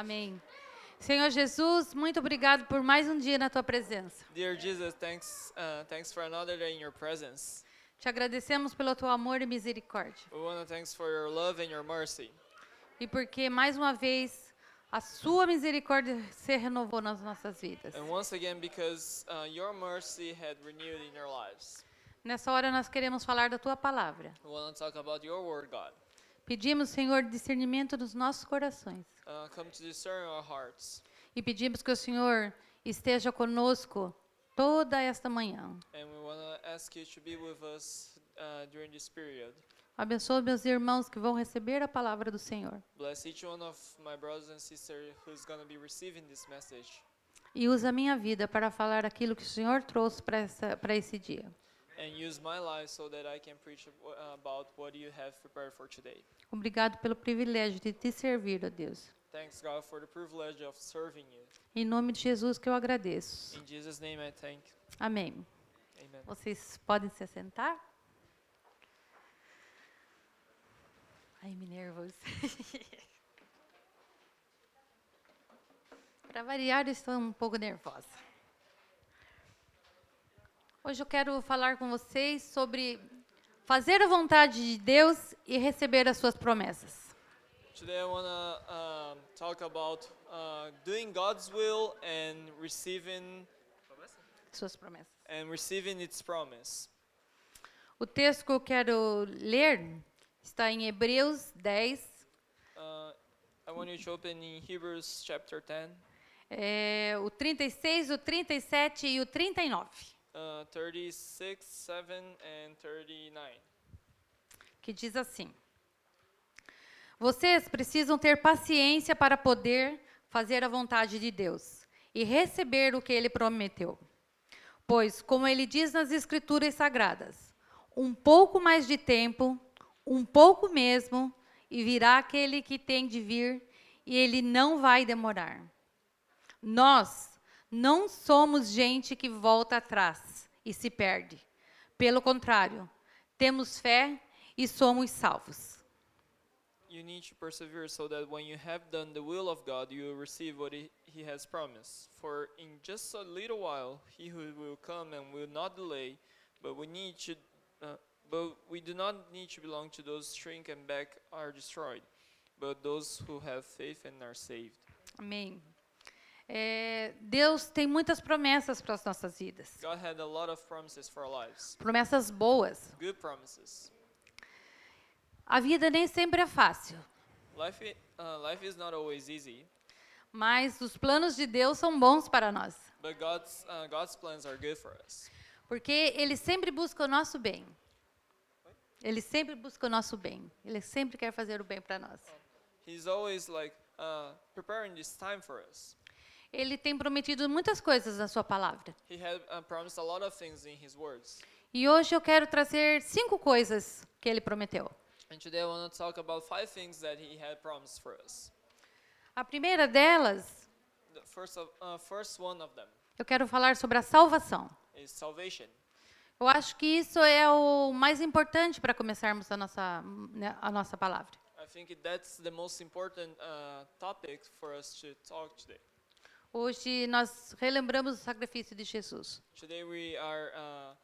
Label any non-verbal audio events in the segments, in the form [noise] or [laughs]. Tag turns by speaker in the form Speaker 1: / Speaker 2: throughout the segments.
Speaker 1: Amém. Senhor Jesus, muito obrigado por mais um dia na tua presença.
Speaker 2: Dear Jesus, thanks, uh, thanks for another day in your presence.
Speaker 1: Te agradecemos pelo teu amor e misericórdia.
Speaker 2: We want to thanks for your love and your mercy,
Speaker 1: E porque mais uma vez a sua misericórdia se renovou nas nossas vidas.
Speaker 2: and once again because uh, your mercy had renewed in your lives.
Speaker 1: Nessa hora nós queremos falar da tua palavra.
Speaker 2: We want to talk about your word, God.
Speaker 1: Pedimos, Senhor, discernimento nos nossos corações.
Speaker 2: Uh, come to discern our hearts,
Speaker 1: E pedimos que o Senhor esteja conosco toda esta manhã.
Speaker 2: and we want to ask you to be with us uh, during this period.
Speaker 1: Abençoa meus irmãos que vão receber a palavra do Senhor.
Speaker 2: Bless each one of my brothers and sisters who's going to be receiving this message,
Speaker 1: E usa a minha vida para falar aquilo que o Senhor trouxe para essa- para esse dia.
Speaker 2: and use my life so that I can preach ab- uh, about what you have prepared for today.
Speaker 1: Obrigado pelo privilégio de te servir, ó Deus.
Speaker 2: Thanks, God, for the privilege of serving you.
Speaker 1: Em nome de Jesus que eu agradeço.
Speaker 2: In Jesus' name, I thank.
Speaker 1: Amém.
Speaker 2: Amen.
Speaker 1: Vocês podem se assentar? Ai, me nervos. [laughs] Para variar, eu estou um pouco nervosa. Hoje eu quero falar com vocês sobre fazer a vontade de Deus e receber as suas promessas.
Speaker 2: Today I want to um, talk about uh, doing God's will and receiving
Speaker 1: Suas promessas.
Speaker 2: and receiving its promise.
Speaker 1: O texto que eu quero ler está em Hebreus 10,
Speaker 2: Uh, I want you to open in Hebrews chapter 10,
Speaker 1: É, o 36, o 37 e o 39,
Speaker 2: uh, 36, 7, and 39.
Speaker 1: que diz assim: Vocês precisam ter paciência para poder fazer a vontade de Deus e receber o que ele prometeu. Pois, como ele diz nas Escrituras Sagradas, um pouco mais de tempo, um pouco mesmo, e virá aquele que tem de vir, e ele não vai demorar. Nós não somos gente que volta atrás e se perde. Pelo contrário, temos fé e somos salvos.
Speaker 2: You need to persevere so that when you have done the will of God, you will receive what he, he has promised. For in just a little while, He who will come and will not delay, but we need to. Uh, but we do not need to belong to those shrink and back are destroyed, but those who have faith and are saved.
Speaker 1: Amém. É, Deus tem muitas promessas para as nossas vidas.
Speaker 2: God had a lot of promises for our lives,
Speaker 1: Promessas boas.
Speaker 2: good promises.
Speaker 1: A vida nem sempre é fácil,
Speaker 2: Life, i- uh, life is not always easy,
Speaker 1: mas os planos de Deus são bons para nós,
Speaker 2: but God's uh, God's plans are good for us
Speaker 1: porque Ele sempre busca o nosso bem. Ele sempre busca o nosso bem. Ele sempre quer fazer o bem para nós.
Speaker 2: He's always like uh, preparing this time for us.
Speaker 1: Ele tem prometido muitas coisas na sua palavra.
Speaker 2: He had uh, promised a lot of things in his words.
Speaker 1: E hoje eu quero trazer cinco coisas que ele prometeu.
Speaker 2: And today I want to talk about five things that he had promised for us.
Speaker 1: A primeira delas,
Speaker 2: The first, of, uh, first one of them
Speaker 1: eu quero falar sobre a salvação.
Speaker 2: is salvation.
Speaker 1: Eu acho que isso é o mais importante para começarmos a nossa, né, a nossa palavra.
Speaker 2: I think it- that's the most important uh, topic for us to talk today.
Speaker 1: Hoje nós relembramos o sacrifício de Jesus.
Speaker 2: Today we are uh,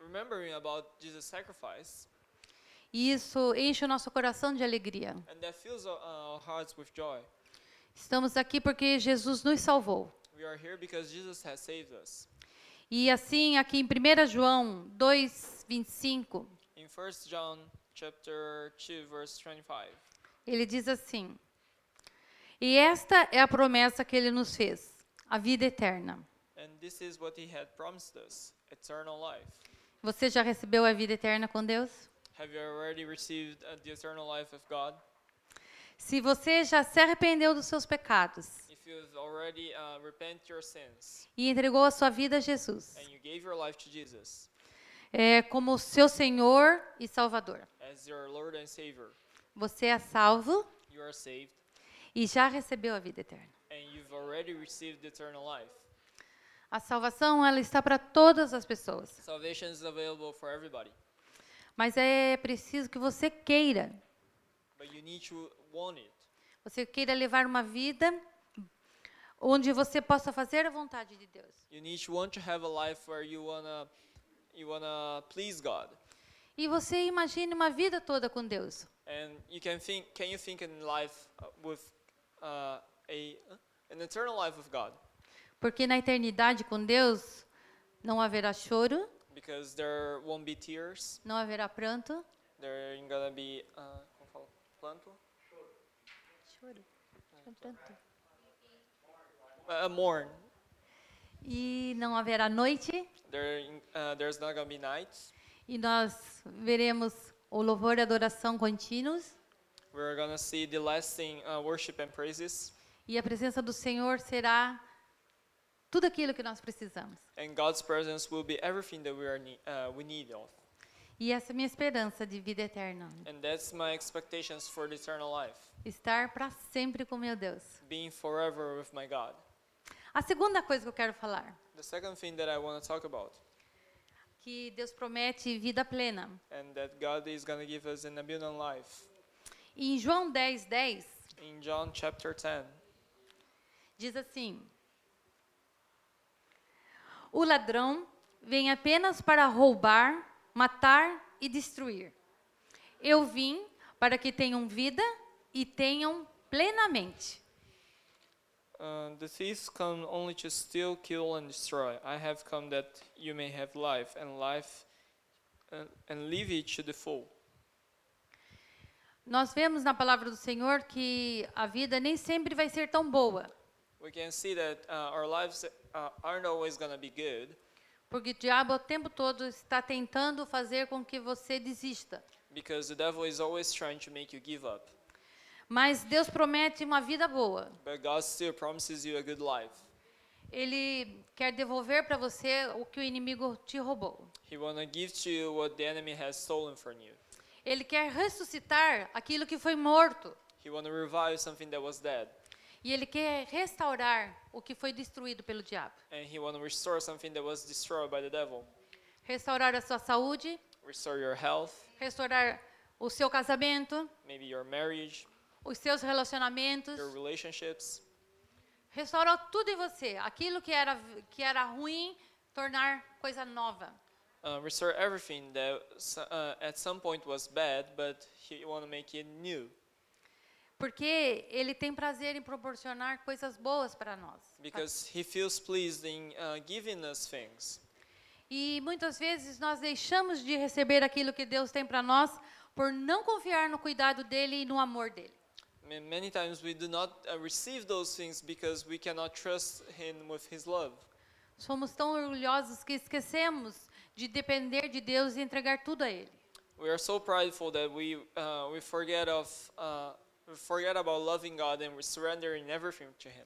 Speaker 2: remembering about Jesus' sacrifice,
Speaker 1: E isso enche o nosso coração de alegria.
Speaker 2: and that fills our, uh, our hearts with joy.
Speaker 1: Estamos aqui porque Jesus nos salvou.
Speaker 2: We are here because Jesus has saved us.
Speaker 1: E assim, aqui em 1 João 2, 25,
Speaker 2: In 1 John chapter 2 verse 25,
Speaker 1: Ele diz assim: E esta é a promessa que ele nos fez, a vida eterna.
Speaker 2: and this is what he had promised us, eternal life.
Speaker 1: Você já recebeu a vida eterna com Deus?
Speaker 2: Have you already received uh, the eternal life of God?
Speaker 1: Se você já se arrependeu dos seus pecados
Speaker 2: If you've already uh, repent your sins
Speaker 1: e entregou a sua vida a Jesus
Speaker 2: and you gave your life to Jesus
Speaker 1: é, como seu Senhor e Salvador,
Speaker 2: as your Lord and Savior,
Speaker 1: você é salvo
Speaker 2: you are saved
Speaker 1: e já recebeu a vida eterna.
Speaker 2: and you've already received the eternal life.
Speaker 1: A salvação ela está para todas as pessoas,
Speaker 2: Salvation is available for everybody,
Speaker 1: mas é preciso que você queira.
Speaker 2: but you need to want it.
Speaker 1: Você queira levar uma vida onde você possa fazer a vontade de Deus.
Speaker 2: You need to want to have a life where you wanna you wanna please God.
Speaker 1: E você imagine uma vida toda com Deus.
Speaker 2: And you can think can you think in life uh, with uh, a an eternal life with God?
Speaker 1: Porque na eternidade com Deus não haverá choro,
Speaker 2: Because there won't be tears.
Speaker 1: não haverá pranto.
Speaker 2: There ain't gonna be uh, como fala? planto? Uh, mourn.
Speaker 1: E não haverá noite.
Speaker 2: There ain't- uh, there's not gonna be nights.
Speaker 1: E nós veremos o louvor e adoração contínuos.
Speaker 2: We're gonna see the lasting uh, worship and praises,
Speaker 1: E a presença do Senhor será tudo aquilo que nós precisamos.
Speaker 2: and God's presence will be everything that we are nee- uh, we need of.
Speaker 1: E essa é a minha esperança de vida eterna.
Speaker 2: And that's my expectations for the eternal life,
Speaker 1: Estar para sempre com meu Deus.
Speaker 2: being forever with my God.
Speaker 1: A segunda coisa que eu quero falar,
Speaker 2: The second thing that I want to talk about,
Speaker 1: que Deus promete vida plena.
Speaker 2: and that God is gonna give us an abundant life.
Speaker 1: E em João 10, 10,
Speaker 2: In John chapter 10,
Speaker 1: diz assim: O ladrão vem apenas para roubar, matar e destruir. Eu vim para que tenham vida e tenham plenamente.
Speaker 2: uh, the thieves come only to steal, kill, and destroy. I have come that you may have life, and life, uh, and leave it to the full.
Speaker 1: Nós vemos na palavra do Senhor que a vida nem sempre vai ser tão boa,
Speaker 2: We can see that uh, our lives uh, aren't always gonna be good,
Speaker 1: porque o diabo o tempo todo está tentando fazer com que você desista.
Speaker 2: because the devil is always trying to make you give up.
Speaker 1: Mas Deus promete uma vida boa.
Speaker 2: But God still promises you a good life.
Speaker 1: Ele quer devolver para você o que o inimigo te roubou.
Speaker 2: He wanna give to you what the enemy has stolen from you.
Speaker 1: Ele quer ressuscitar aquilo que foi morto.
Speaker 2: He wanna revive something that was dead,
Speaker 1: E ele quer restaurar o que foi destruído pelo diabo.
Speaker 2: and he wanna restore something that was destroyed by the devil.
Speaker 1: Restaurar a sua saúde,
Speaker 2: Restore your health,
Speaker 1: restaurar o seu casamento,
Speaker 2: maybe your marriage,
Speaker 1: os seus relacionamentos,
Speaker 2: your relationships.
Speaker 1: restaurar tudo em você. Aquilo que era que era ruim, tornar coisa nova.
Speaker 2: Uh, restore everything that s- uh, at some point was bad, but he wanna make it new
Speaker 1: Porque ele tem prazer em proporcionar coisas boas para nós.
Speaker 2: because he feels pleased in uh, giving us things.
Speaker 1: E muitas vezes nós deixamos de receber aquilo que Deus tem para nós por não confiar no cuidado dele e no amor dele.
Speaker 2: Ma- Many times we do not uh, receive those things because we cannot trust Him with His love.
Speaker 1: Somos tão orgulhosos que esquecemos de depender de Deus e entregar tudo a Ele.
Speaker 2: We are so prideful that we uh, we forget of uh, we forget about loving God and we're surrendering everything to Him.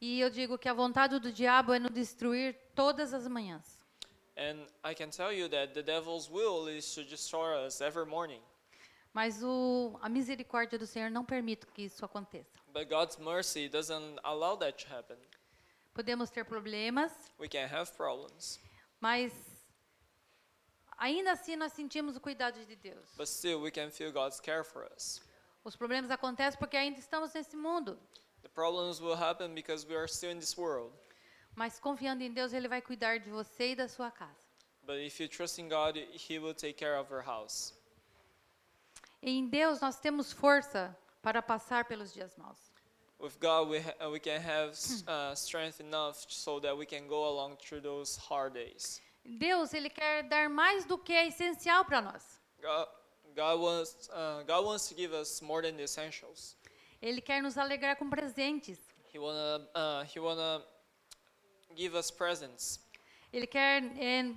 Speaker 1: E eu digo que a vontade do diabo é nos destruir todas as manhãs.
Speaker 2: And I can tell you that the devil's will is to destroy us every morning,
Speaker 1: Mas o, a misericórdia do Senhor não permite que isso aconteça.
Speaker 2: but God's mercy doesn't allow that to happen.
Speaker 1: Podemos ter problemas,
Speaker 2: We can have problems,
Speaker 1: mas ainda assim nós sentimos o cuidado de Deus.
Speaker 2: but still we can feel God's care for us.
Speaker 1: Os problemas acontecem porque ainda estamos nesse mundo.
Speaker 2: The problems will happen because we are still in this world.
Speaker 1: Mas confiando em Deus, Ele vai cuidar de você e da sua casa.
Speaker 2: But if you trust in God, He will take care of your house.
Speaker 1: Em Deus, nós temos força para passar pelos dias maus.
Speaker 2: With God, we, ha- uh, we can have s- uh, strength enough so that we can go along through those hard days.
Speaker 1: Deus, Ele quer dar mais do que é essencial para nós.
Speaker 2: God, God, wants, uh, God wants to give us more than the essentials.
Speaker 1: Ele quer nos alegrar com presentes.
Speaker 2: He wanna, uh, he wanna give us presents.
Speaker 1: Ele quer eh,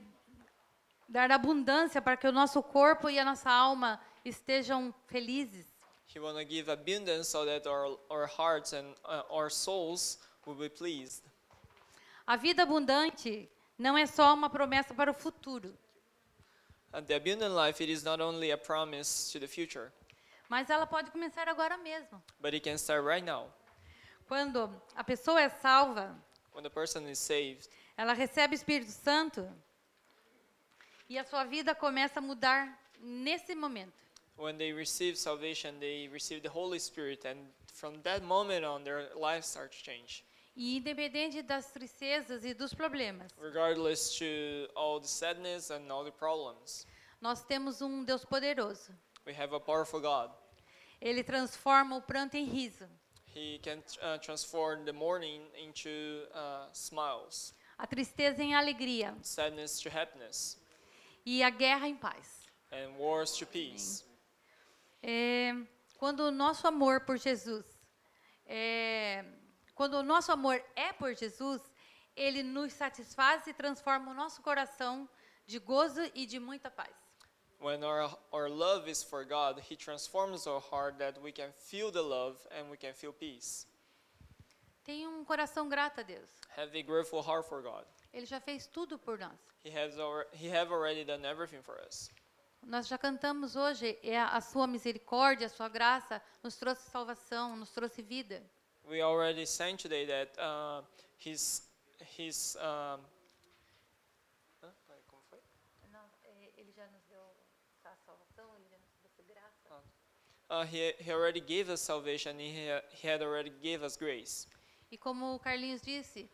Speaker 1: dar abundância para que o nosso corpo e a nossa alma estejam felizes.
Speaker 2: He wanna give abundance so that our, our hearts and uh, our souls will be pleased.
Speaker 1: A vida abundante não é só uma promessa para o futuro,
Speaker 2: And the abundant life, it is not only a promise to the future,
Speaker 1: mas ela pode começar agora mesmo.
Speaker 2: but it can start right now.
Speaker 1: Quando a pessoa é salva,
Speaker 2: When the person is saved,
Speaker 1: Ela recebe o Espírito Santo e a sua vida começa a mudar nesse momento.
Speaker 2: When they receive salvation, they receive the Holy Spirit, and from that moment on, their life starts to change.
Speaker 1: E independente das tristezas e dos problemas,
Speaker 2: Regardless to all the sadness and all the problems,
Speaker 1: nós temos um Deus poderoso.
Speaker 2: we have a powerful God.
Speaker 1: Ele transforma o pranto em riso.
Speaker 2: He can tr- uh, transform the mourning into uh, smiles,
Speaker 1: a tristeza em alegria
Speaker 2: sadness to happiness,
Speaker 1: e a guerra em paz.
Speaker 2: and wars to peace.
Speaker 1: É, quando o nosso amor por Jesus, é, quando o nosso amor é por Jesus, ele nos satisfaz e transforma o nosso coração de gozo e de muita paz.
Speaker 2: When our, our love is for God, He transforms our heart that we can feel the love and we can feel peace.
Speaker 1: Tenha um coração grato a Deus.
Speaker 2: Have a grateful heart for God.
Speaker 1: Ele já fez tudo por nós.
Speaker 2: He has alre- He have already done everything for us.
Speaker 1: Nós já cantamos hoje é a a sua misericórdia, a sua graça nos trouxe salvação, nos trouxe vida.
Speaker 2: We already sang today that uh, His His um, Hã? Como foi?
Speaker 1: é, ele já nos deu a salvação, ele já nos trouxe graça.
Speaker 2: Uh, he, he already gave us salvation. He, ha- he had already gave us grace.
Speaker 1: E como o Carlinhos disse,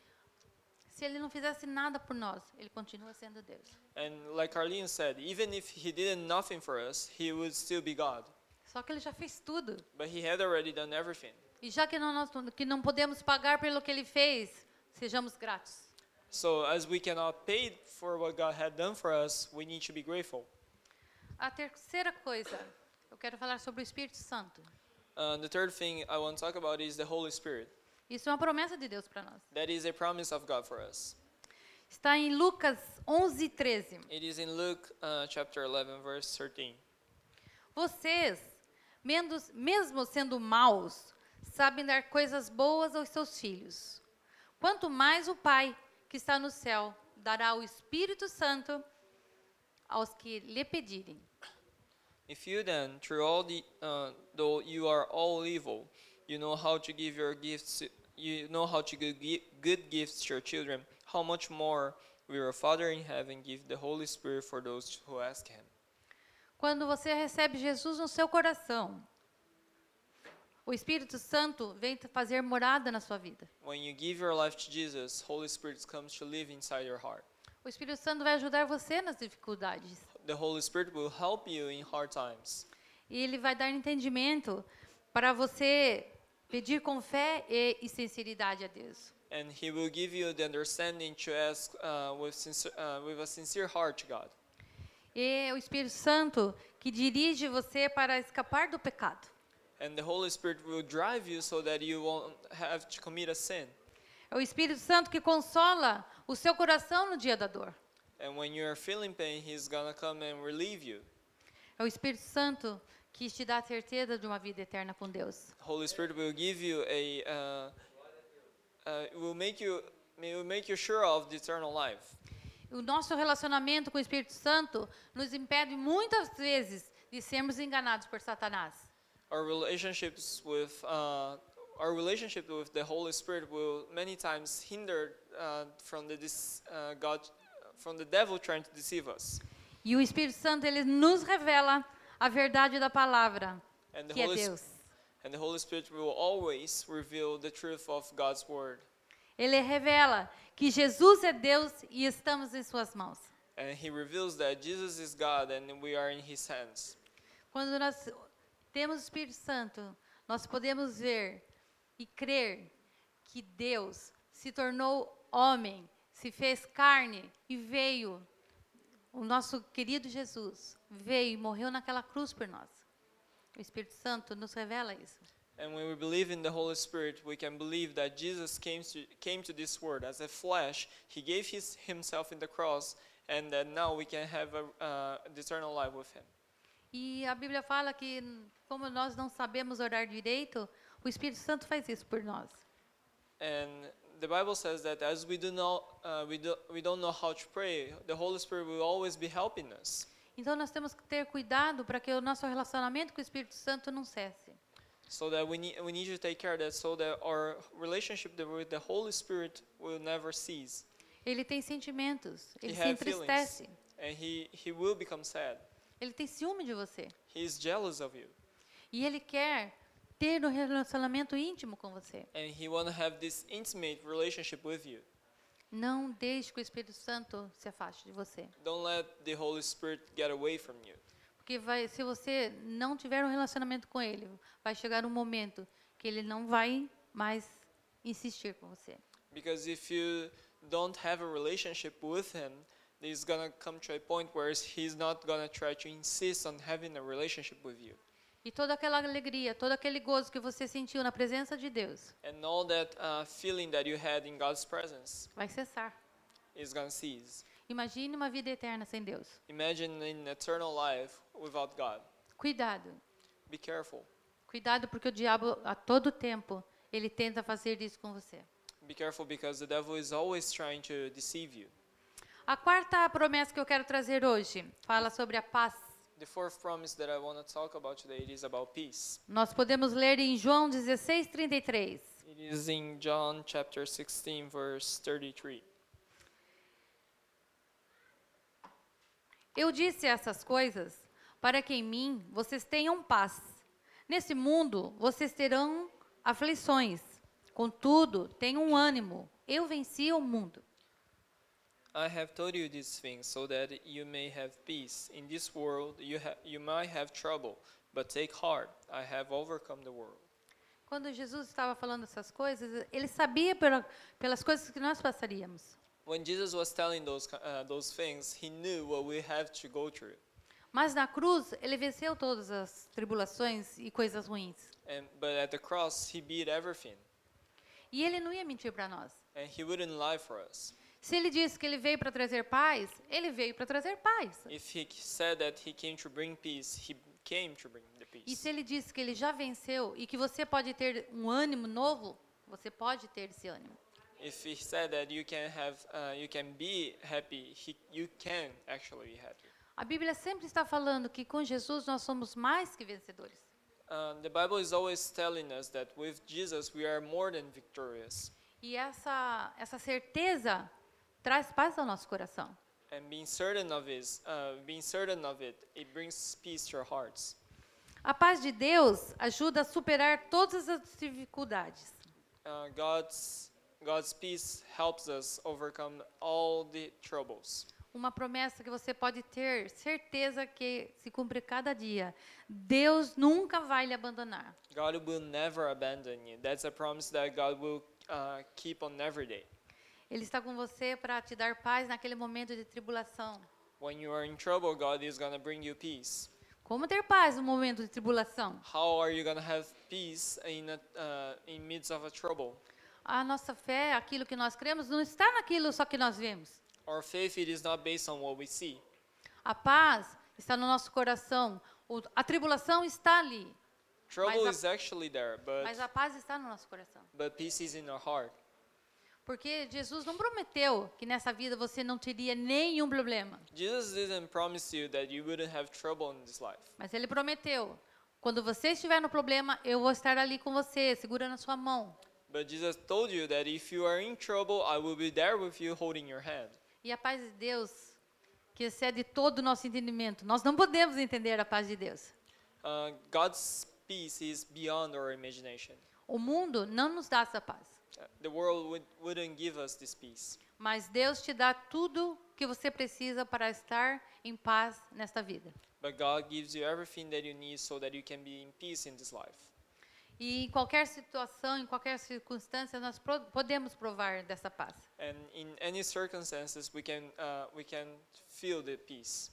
Speaker 1: se ele não fizesse nada por nós, ele continua sendo Deus.
Speaker 2: And like Arlene said, even if he did nothing for us, he would still be God.
Speaker 1: Só que ele já fez tudo.
Speaker 2: But he had already done everything.
Speaker 1: E já que não, nós que não podemos pagar pelo que ele fez, sejamos gratos.
Speaker 2: So as we cannot pay for what God had done for us, we need to be grateful.
Speaker 1: A terceira coisa, eu quero falar sobre o Espírito Santo.
Speaker 2: Uh, the third thing I want to talk about is the Holy Spirit.
Speaker 1: Isso é uma promessa de Deus para nós.
Speaker 2: That is a promise of God for us.
Speaker 1: Está em Lucas 11, 13.
Speaker 2: It is in Luke uh, chapter 11, verse 13.
Speaker 1: Vocês, mendos- mesmo sendo maus, sabem dar coisas boas aos seus filhos. Quanto mais o Pai, que está no céu, dará o Espírito Santo aos que lhe pedirem.
Speaker 2: If you then, through all the, uh, though you are all evil, you know how to give your gifts, you know how to give gi- good gifts to your children, how much more will your Father in heaven give the Holy Spirit for those who ask Him?
Speaker 1: Quando você recebe Jesus no seu coração, o Espírito Santo vem te fazer morada na sua vida.
Speaker 2: When you give your life to Jesus, Holy Spirit comes to live inside your heart.
Speaker 1: O Espírito Santo vai ajudar você nas dificuldades.
Speaker 2: The Holy Spirit will help you in hard times.
Speaker 1: E ele vai dar entendimento para você pedir com fé e, e sinceridade a Deus.
Speaker 2: And He will give you the understanding to ask uh, with, sincer- uh, with a sincere heart to God.
Speaker 1: E o Espírito Santo que dirige você para escapar do pecado.
Speaker 2: And the Holy Spirit will drive you so that you won't have to commit a sin.
Speaker 1: É o Espírito Santo que consola o seu coração no dia da dor.
Speaker 2: And when you're feeling pain, He's gonna come and relieve you.
Speaker 1: É o Espírito Santo que te dá a certeza de uma vida eterna com Deus.
Speaker 2: The Holy Spirit will give you a, uh, uh, will make you, will make you sure of the eternal life.
Speaker 1: O nosso relacionamento com o Espírito Santo nos impede muitas vezes de sermos enganados por Satanás.
Speaker 2: Our relationships with, uh, our relationship with the Holy Spirit will many times hinder uh, from the dis- uh, God, from the devil trying to deceive us.
Speaker 1: E o Espírito Santo ele nos revela a verdade da palavra,
Speaker 2: And the
Speaker 1: que é
Speaker 2: Holy,
Speaker 1: Deus.
Speaker 2: Sp- and the Holy Spirit will always reveal the truth of God's word.
Speaker 1: Ele revela que Jesus é Deus e estamos em suas mãos.
Speaker 2: And He reveals that Jesus is God and we are in His hands.
Speaker 1: Quando nós temos o Espírito Santo, nós podemos ver e crer que Deus se tornou homem, se fez carne e veio. O nosso querido Jesus veio e morreu naquela cruz por nós. O Espírito Santo nos revela isso.
Speaker 2: And when we believe in the Holy Spirit, we can believe that Jesus came to, came to this world as a flesh. He gave his, himself in the cross, and that now we can have a, uh, the eternal life with him.
Speaker 1: E a Bíblia fala que, como nós não sabemos orar direito, o Espírito Santo faz isso por nós.
Speaker 2: And the Bible says that as we do not, uh, we, do, we don't know how to pray, the Holy Spirit will always be helping us.
Speaker 1: Então nós temos que ter cuidado para que o nosso relacionamento com o Espírito Santo não cesse.
Speaker 2: So that we need, we need to take care of that, so that our relationship the- with the Holy Spirit will never cease.
Speaker 1: Ele tem sentimentos, ele
Speaker 2: He
Speaker 1: se
Speaker 2: have feelings.
Speaker 1: entristece.
Speaker 2: And he, he will become sad.
Speaker 1: Ele tem ciúme de você.
Speaker 2: He is jealous of you,
Speaker 1: E ele quer ter um relacionamento íntimo com você.
Speaker 2: and he want to have this intimate relationship with you.
Speaker 1: Não deixe que o Espírito Santo se afaste de você.
Speaker 2: Don't let the Holy Spirit get away from you,
Speaker 1: Porque vai, se você não tiver um relacionamento com ele, vai chegar um momento que ele não vai mais insistir com você.
Speaker 2: because if you don't have a relationship with him, there's gonna come to a point where he's not gonna try to insist on having a relationship with you.
Speaker 1: E toda aquela alegria, todo aquele gozo que você sentiu na presença de Deus
Speaker 2: And all that uh, feeling that you had in God's presence
Speaker 1: vai cessar.
Speaker 2: is gonna cease.
Speaker 1: Imagine uma vida eterna sem Deus.
Speaker 2: Imagine an eternal life without God.
Speaker 1: Cuidado.
Speaker 2: Be careful.
Speaker 1: Cuidado porque o diabo a todo tempo ele tenta fazer isso com você.
Speaker 2: Be careful because the devil is always trying to deceive you.
Speaker 1: A quarta promessa que eu quero trazer hoje fala sobre a paz.
Speaker 2: The fourth promise that I want to talk about today it is about peace.
Speaker 1: Nós podemos ler em João 16:33.
Speaker 2: It is in John chapter 16 verse 33.
Speaker 1: Eu disse essas coisas para que em mim vocês tenham paz. Nesse mundo vocês terão aflições. Contudo, tenham ânimo. Eu venci o mundo.
Speaker 2: I have told you these things so that you may have peace. In this world you ha- you might have trouble, but take heart, I have overcome the world.
Speaker 1: Quando Jesus estava falando essas coisas, ele sabia pela, pelas coisas que nós passaríamos.
Speaker 2: When Jesus was telling those ki- uh, those things, he knew what we have to go through.
Speaker 1: Mas na cruz, ele venceu todas as tribulações e coisas ruins.
Speaker 2: And but at the cross, he beat everything,
Speaker 1: E ele não ia mentir para nós.
Speaker 2: and he wouldn't lie for us.
Speaker 1: Se ele disse que ele veio para trazer paz, ele veio para trazer paz.
Speaker 2: If he said that he came to bring peace, he came to bring the
Speaker 1: E
Speaker 2: peace.
Speaker 1: se ele disse que ele já venceu e que você pode ter um ânimo novo, você pode ter esse ânimo.
Speaker 2: If he said that you can have, uh, you can be happy, he, you can actually be happy.
Speaker 1: A Bíblia sempre está falando que com Jesus nós somos mais que vencedores.
Speaker 2: Uh, the Bible is always telling us that with Jesus we are more than victorious,
Speaker 1: E essa essa certeza traz paz ao nosso coração.
Speaker 2: and being certain of this, uh, being certain of it, it brings peace to our hearts.
Speaker 1: A paz de Deus ajuda a superar todas as dificuldades.
Speaker 2: Uh, God's God's peace helps us overcome all the troubles.
Speaker 1: Uma promessa que você pode ter certeza que se cumpre cada dia. Deus nunca vai lhe abandonar.
Speaker 2: God will never abandon you. That's a promise that God will uh, keep on every day.
Speaker 1: Ele está com você para te dar paz naquele momento de tribulação.
Speaker 2: When you are in trouble, God is gonna bring you peace.
Speaker 1: Como ter paz no momento de tribulação?
Speaker 2: How are you gonna have peace in a, uh, in midst of a trouble?
Speaker 1: A nossa fé, aquilo que nós cremos, não está naquilo só que nós vemos.
Speaker 2: Our faith it is not based on what we see.
Speaker 1: A paz está no nosso coração. O- A tribulação está ali,
Speaker 2: Trouble
Speaker 1: a-
Speaker 2: is actually there, but
Speaker 1: mas a paz está no nosso coração.
Speaker 2: but peace is in our heart.
Speaker 1: Porque Jesus não prometeu que nessa vida você não teria nenhum problema.
Speaker 2: Jesus didn't promise you that you wouldn't have trouble in this life,
Speaker 1: Mas ele prometeu: quando você estiver no problema, eu vou estar ali com você, segurando a sua mão.
Speaker 2: but Jesus told you that if you are in trouble, I will be there with you, holding your hand.
Speaker 1: E a paz de Deus, que excede todo o nosso entendimento, nós não podemos entender a paz de Deus.
Speaker 2: Uh, God's peace is beyond our imagination.
Speaker 1: O mundo não nos dá essa paz,
Speaker 2: Uh, The world would, wouldn't give us this peace,
Speaker 1: mas Deus te dá tudo que você precisa para estar em paz nesta vida.
Speaker 2: but God gives you everything that you need so that you can be in peace in this life.
Speaker 1: E em qualquer situação, em qualquer circunstância, nós pro- podemos provar dessa paz.
Speaker 2: And in any circumstances, we can uh, we can feel the peace.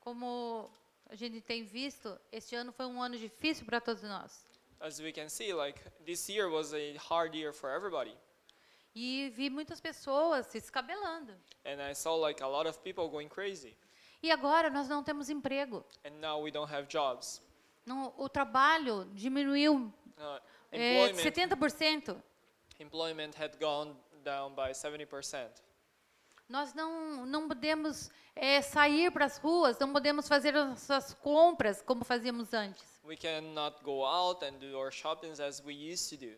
Speaker 1: Como a gente tem visto, este ano foi um ano difícil para todos nós.
Speaker 2: As we can see, like this year was a hard year for everybody,
Speaker 1: E vi muitas pessoas se escabelando.
Speaker 2: and I saw like a lot of people going crazy.
Speaker 1: E agora nós não temos emprego.
Speaker 2: And now we don't have jobs.
Speaker 1: Não, o trabalho diminuiu
Speaker 2: Uh,
Speaker 1: é,
Speaker 2: employment
Speaker 1: 70%.
Speaker 2: employment had gone down by 70%.
Speaker 1: Nós não, não podemos eh, sair para as ruas, não podemos fazer as nossas compras como fazíamos antes.
Speaker 2: We cannot go out and do our shoppings as we used to do.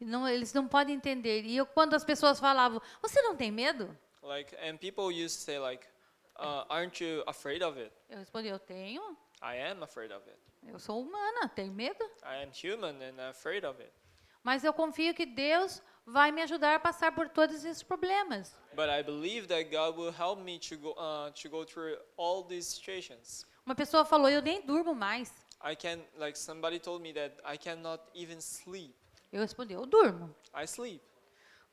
Speaker 1: E Não, eles não podem entender. E eu, quando as pessoas falavam, você não tem medo?
Speaker 2: Like, and people used to say like, uh, aren't you afraid of it?
Speaker 1: Eu respondi: Eu tenho.
Speaker 2: I am afraid of it.
Speaker 1: Eu sou humana, tenho medo.
Speaker 2: I am human and afraid of it.
Speaker 1: Mas eu confio que Deus vai me ajudar a passar por todos esses problemas.
Speaker 2: But I believe that God will help me to go uh, to go through all these situations.
Speaker 1: Uma pessoa falou: Eu nem durmo mais.
Speaker 2: I can like somebody told me that I cannot even sleep.
Speaker 1: Eu respondi: Eu durmo.
Speaker 2: I sleep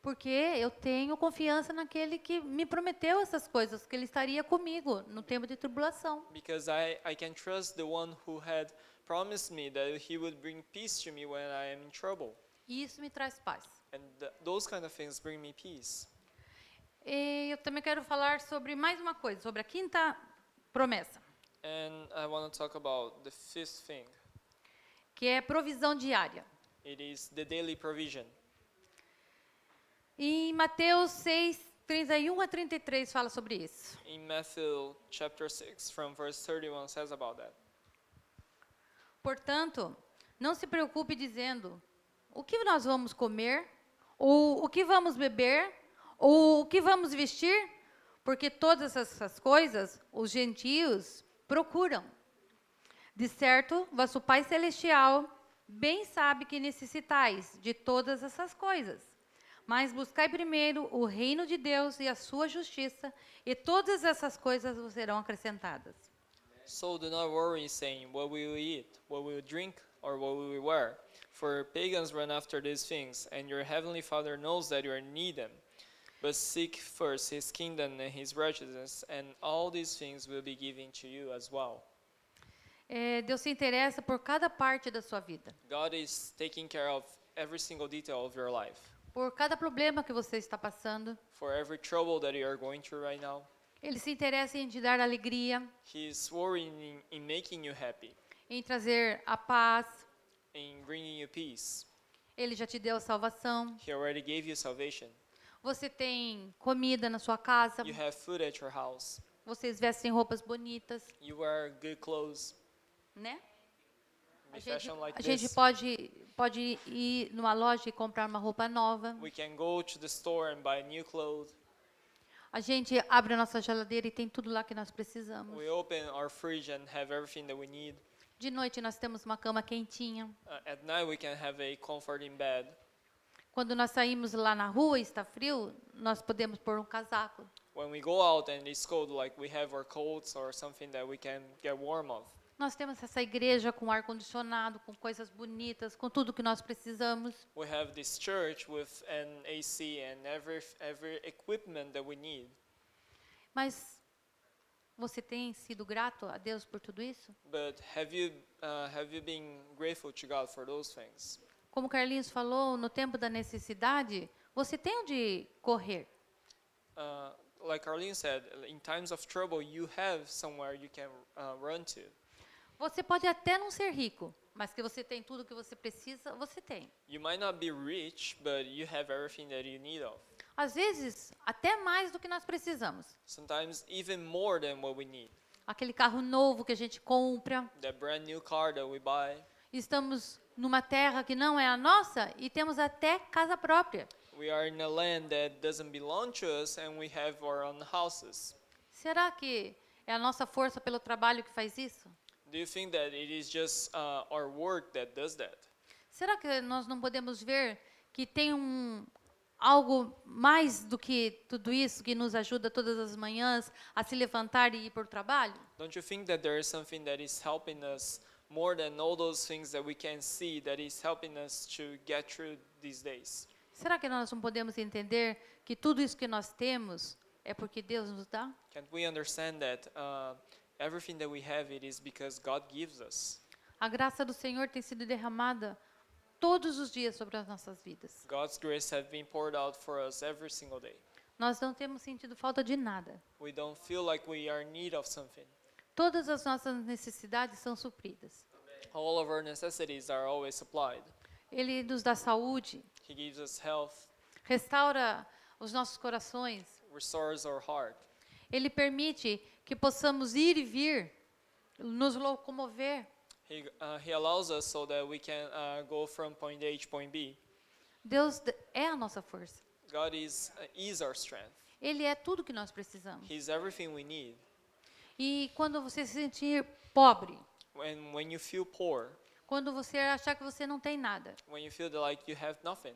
Speaker 1: Porque eu tenho confiança naquele que me prometeu essas coisas, que ele estaria comigo no tempo de tribulação.
Speaker 2: because I, I can trust the one who had promised me that he would bring peace to me when I am in trouble.
Speaker 1: E isso me traz paz.
Speaker 2: And th- those kind of things bring me peace.
Speaker 1: E eu também quero falar sobre mais uma coisa, sobre a quinta promessa,
Speaker 2: And I want to talk about the fifth thing.
Speaker 1: que é provisão diária.
Speaker 2: It is the daily provision.
Speaker 1: Em Mateus 6, 31 a 33 fala sobre isso.
Speaker 2: In Matthew chapter 6 from verse 31 says about that.
Speaker 1: Portanto, não se preocupe dizendo o que nós vamos comer, ou o que vamos beber, ou o que vamos vestir, porque todas essas coisas os gentios procuram. De certo, vosso Pai Celestial bem sabe que necessitais de todas essas coisas. Mas buscai primeiro o reino de Deus e a sua justiça, e todas essas coisas vos serão acrescentadas.
Speaker 2: So do not worry, saying, What will we eat, what will we drink, or what will we wear? For pagans run after these things, and your heavenly Father knows that you need them. But seek first his kingdom and his righteousness, and all these things will be given to you as well.
Speaker 1: É, Deus se interessa por cada parte da sua vida,
Speaker 2: God is taking care of every single detail of your life.
Speaker 1: por cada problema que você está passando.
Speaker 2: For every trouble that you are going through right now,
Speaker 1: Ele se interessa em te dar alegria,
Speaker 2: he is worrying in, in making you happy,
Speaker 1: em trazer a paz.
Speaker 2: in bringing you peace.
Speaker 1: Ele já te deu a salvação.
Speaker 2: He already gave you salvation.
Speaker 1: Você tem comida na sua casa.
Speaker 2: You have food at your house.
Speaker 1: Vocês vestem roupas bonitas,
Speaker 2: You wear good clothes.
Speaker 1: né?
Speaker 2: Be
Speaker 1: A gente,
Speaker 2: fashion like
Speaker 1: a gente
Speaker 2: this.
Speaker 1: pode, pode ir numa loja e comprar uma roupa nova.
Speaker 2: We can go to the store and buy new clothes.
Speaker 1: A gente abre a nossa geladeira e tem tudo lá que nós precisamos.
Speaker 2: We open our fridge and have everything that we need.
Speaker 1: De noite nós temos uma cama quentinha.
Speaker 2: Uh, at night we can have a comforting bed.
Speaker 1: Quando nós saímos lá na rua e está frio, nós podemos pôr um casaco.
Speaker 2: When we go out and it's cold, like we have our coats or something that we can get warm of.
Speaker 1: Nós temos essa igreja com ar condicionado, com coisas bonitas, com tudo que nós precisamos.
Speaker 2: We have this church with an AC and every every equipment that we need.
Speaker 1: Mas você tem sido grato a Deus por tudo isso?
Speaker 2: But have you uh, have you been grateful to God for those things?
Speaker 1: Como o Carlinhos falou, no tempo da necessidade, você tem onde correr.
Speaker 2: Uh, like Arlene said, in times of trouble, you have somewhere you can uh, run to.
Speaker 1: Você pode até não ser rico, mas que você tem tudo que você precisa, você tem.
Speaker 2: You might not be rich, but you have everything that you need of.
Speaker 1: Às vezes, até mais do que nós precisamos.
Speaker 2: Sometimes even more than what we need.
Speaker 1: Aquele carro novo que a gente compra,
Speaker 2: That brand new car that we buy.
Speaker 1: estamos numa terra que não é a nossa e temos até casa própria.
Speaker 2: We are in a land that doesn't belong to us and we have our own houses.
Speaker 1: Será que é a nossa força pelo trabalho que faz isso?
Speaker 2: Do you think that it is just uh, our work that does that?
Speaker 1: Será que nós não podemos ver que tem um algo mais do que tudo isso que nos ajuda todas as manhãs a se levantar e ir para o trabalho?
Speaker 2: Don't you think that there is something that is helping us more than all those things that we can see that is helping us to get through these days?
Speaker 1: Será que nós não podemos entender que tudo isso que nós temos é porque Deus nos dá?
Speaker 2: Can't we understand that uh, everything that we have it is because God gives us?
Speaker 1: A graça do Senhor tem sido derramada todos os dias sobre as nossas vidas.
Speaker 2: God's grace has been poured out for us every single day.
Speaker 1: Nós não temos sentido falta de nada.
Speaker 2: We don't feel like we are in need of something.
Speaker 1: Todas as nossas necessidades são supridas.
Speaker 2: All of our necessities are always supplied.
Speaker 1: Ele nos dá saúde,
Speaker 2: He gives us health,
Speaker 1: restaura os nossos corações.
Speaker 2: restores our heart.
Speaker 1: Ele permite que possamos ir e vir, nos locomover.
Speaker 2: He, uh, he allows us so that we can uh, go from point A to point B.
Speaker 1: Deus d- é a nossa força.
Speaker 2: God is, uh, is our strength.
Speaker 1: Ele é tudo que nós precisamos.
Speaker 2: He's everything we need.
Speaker 1: E quando você se sentir pobre,
Speaker 2: And when you feel poor,
Speaker 1: quando você achar que você não tem nada,
Speaker 2: when you feel that, like you have nothing,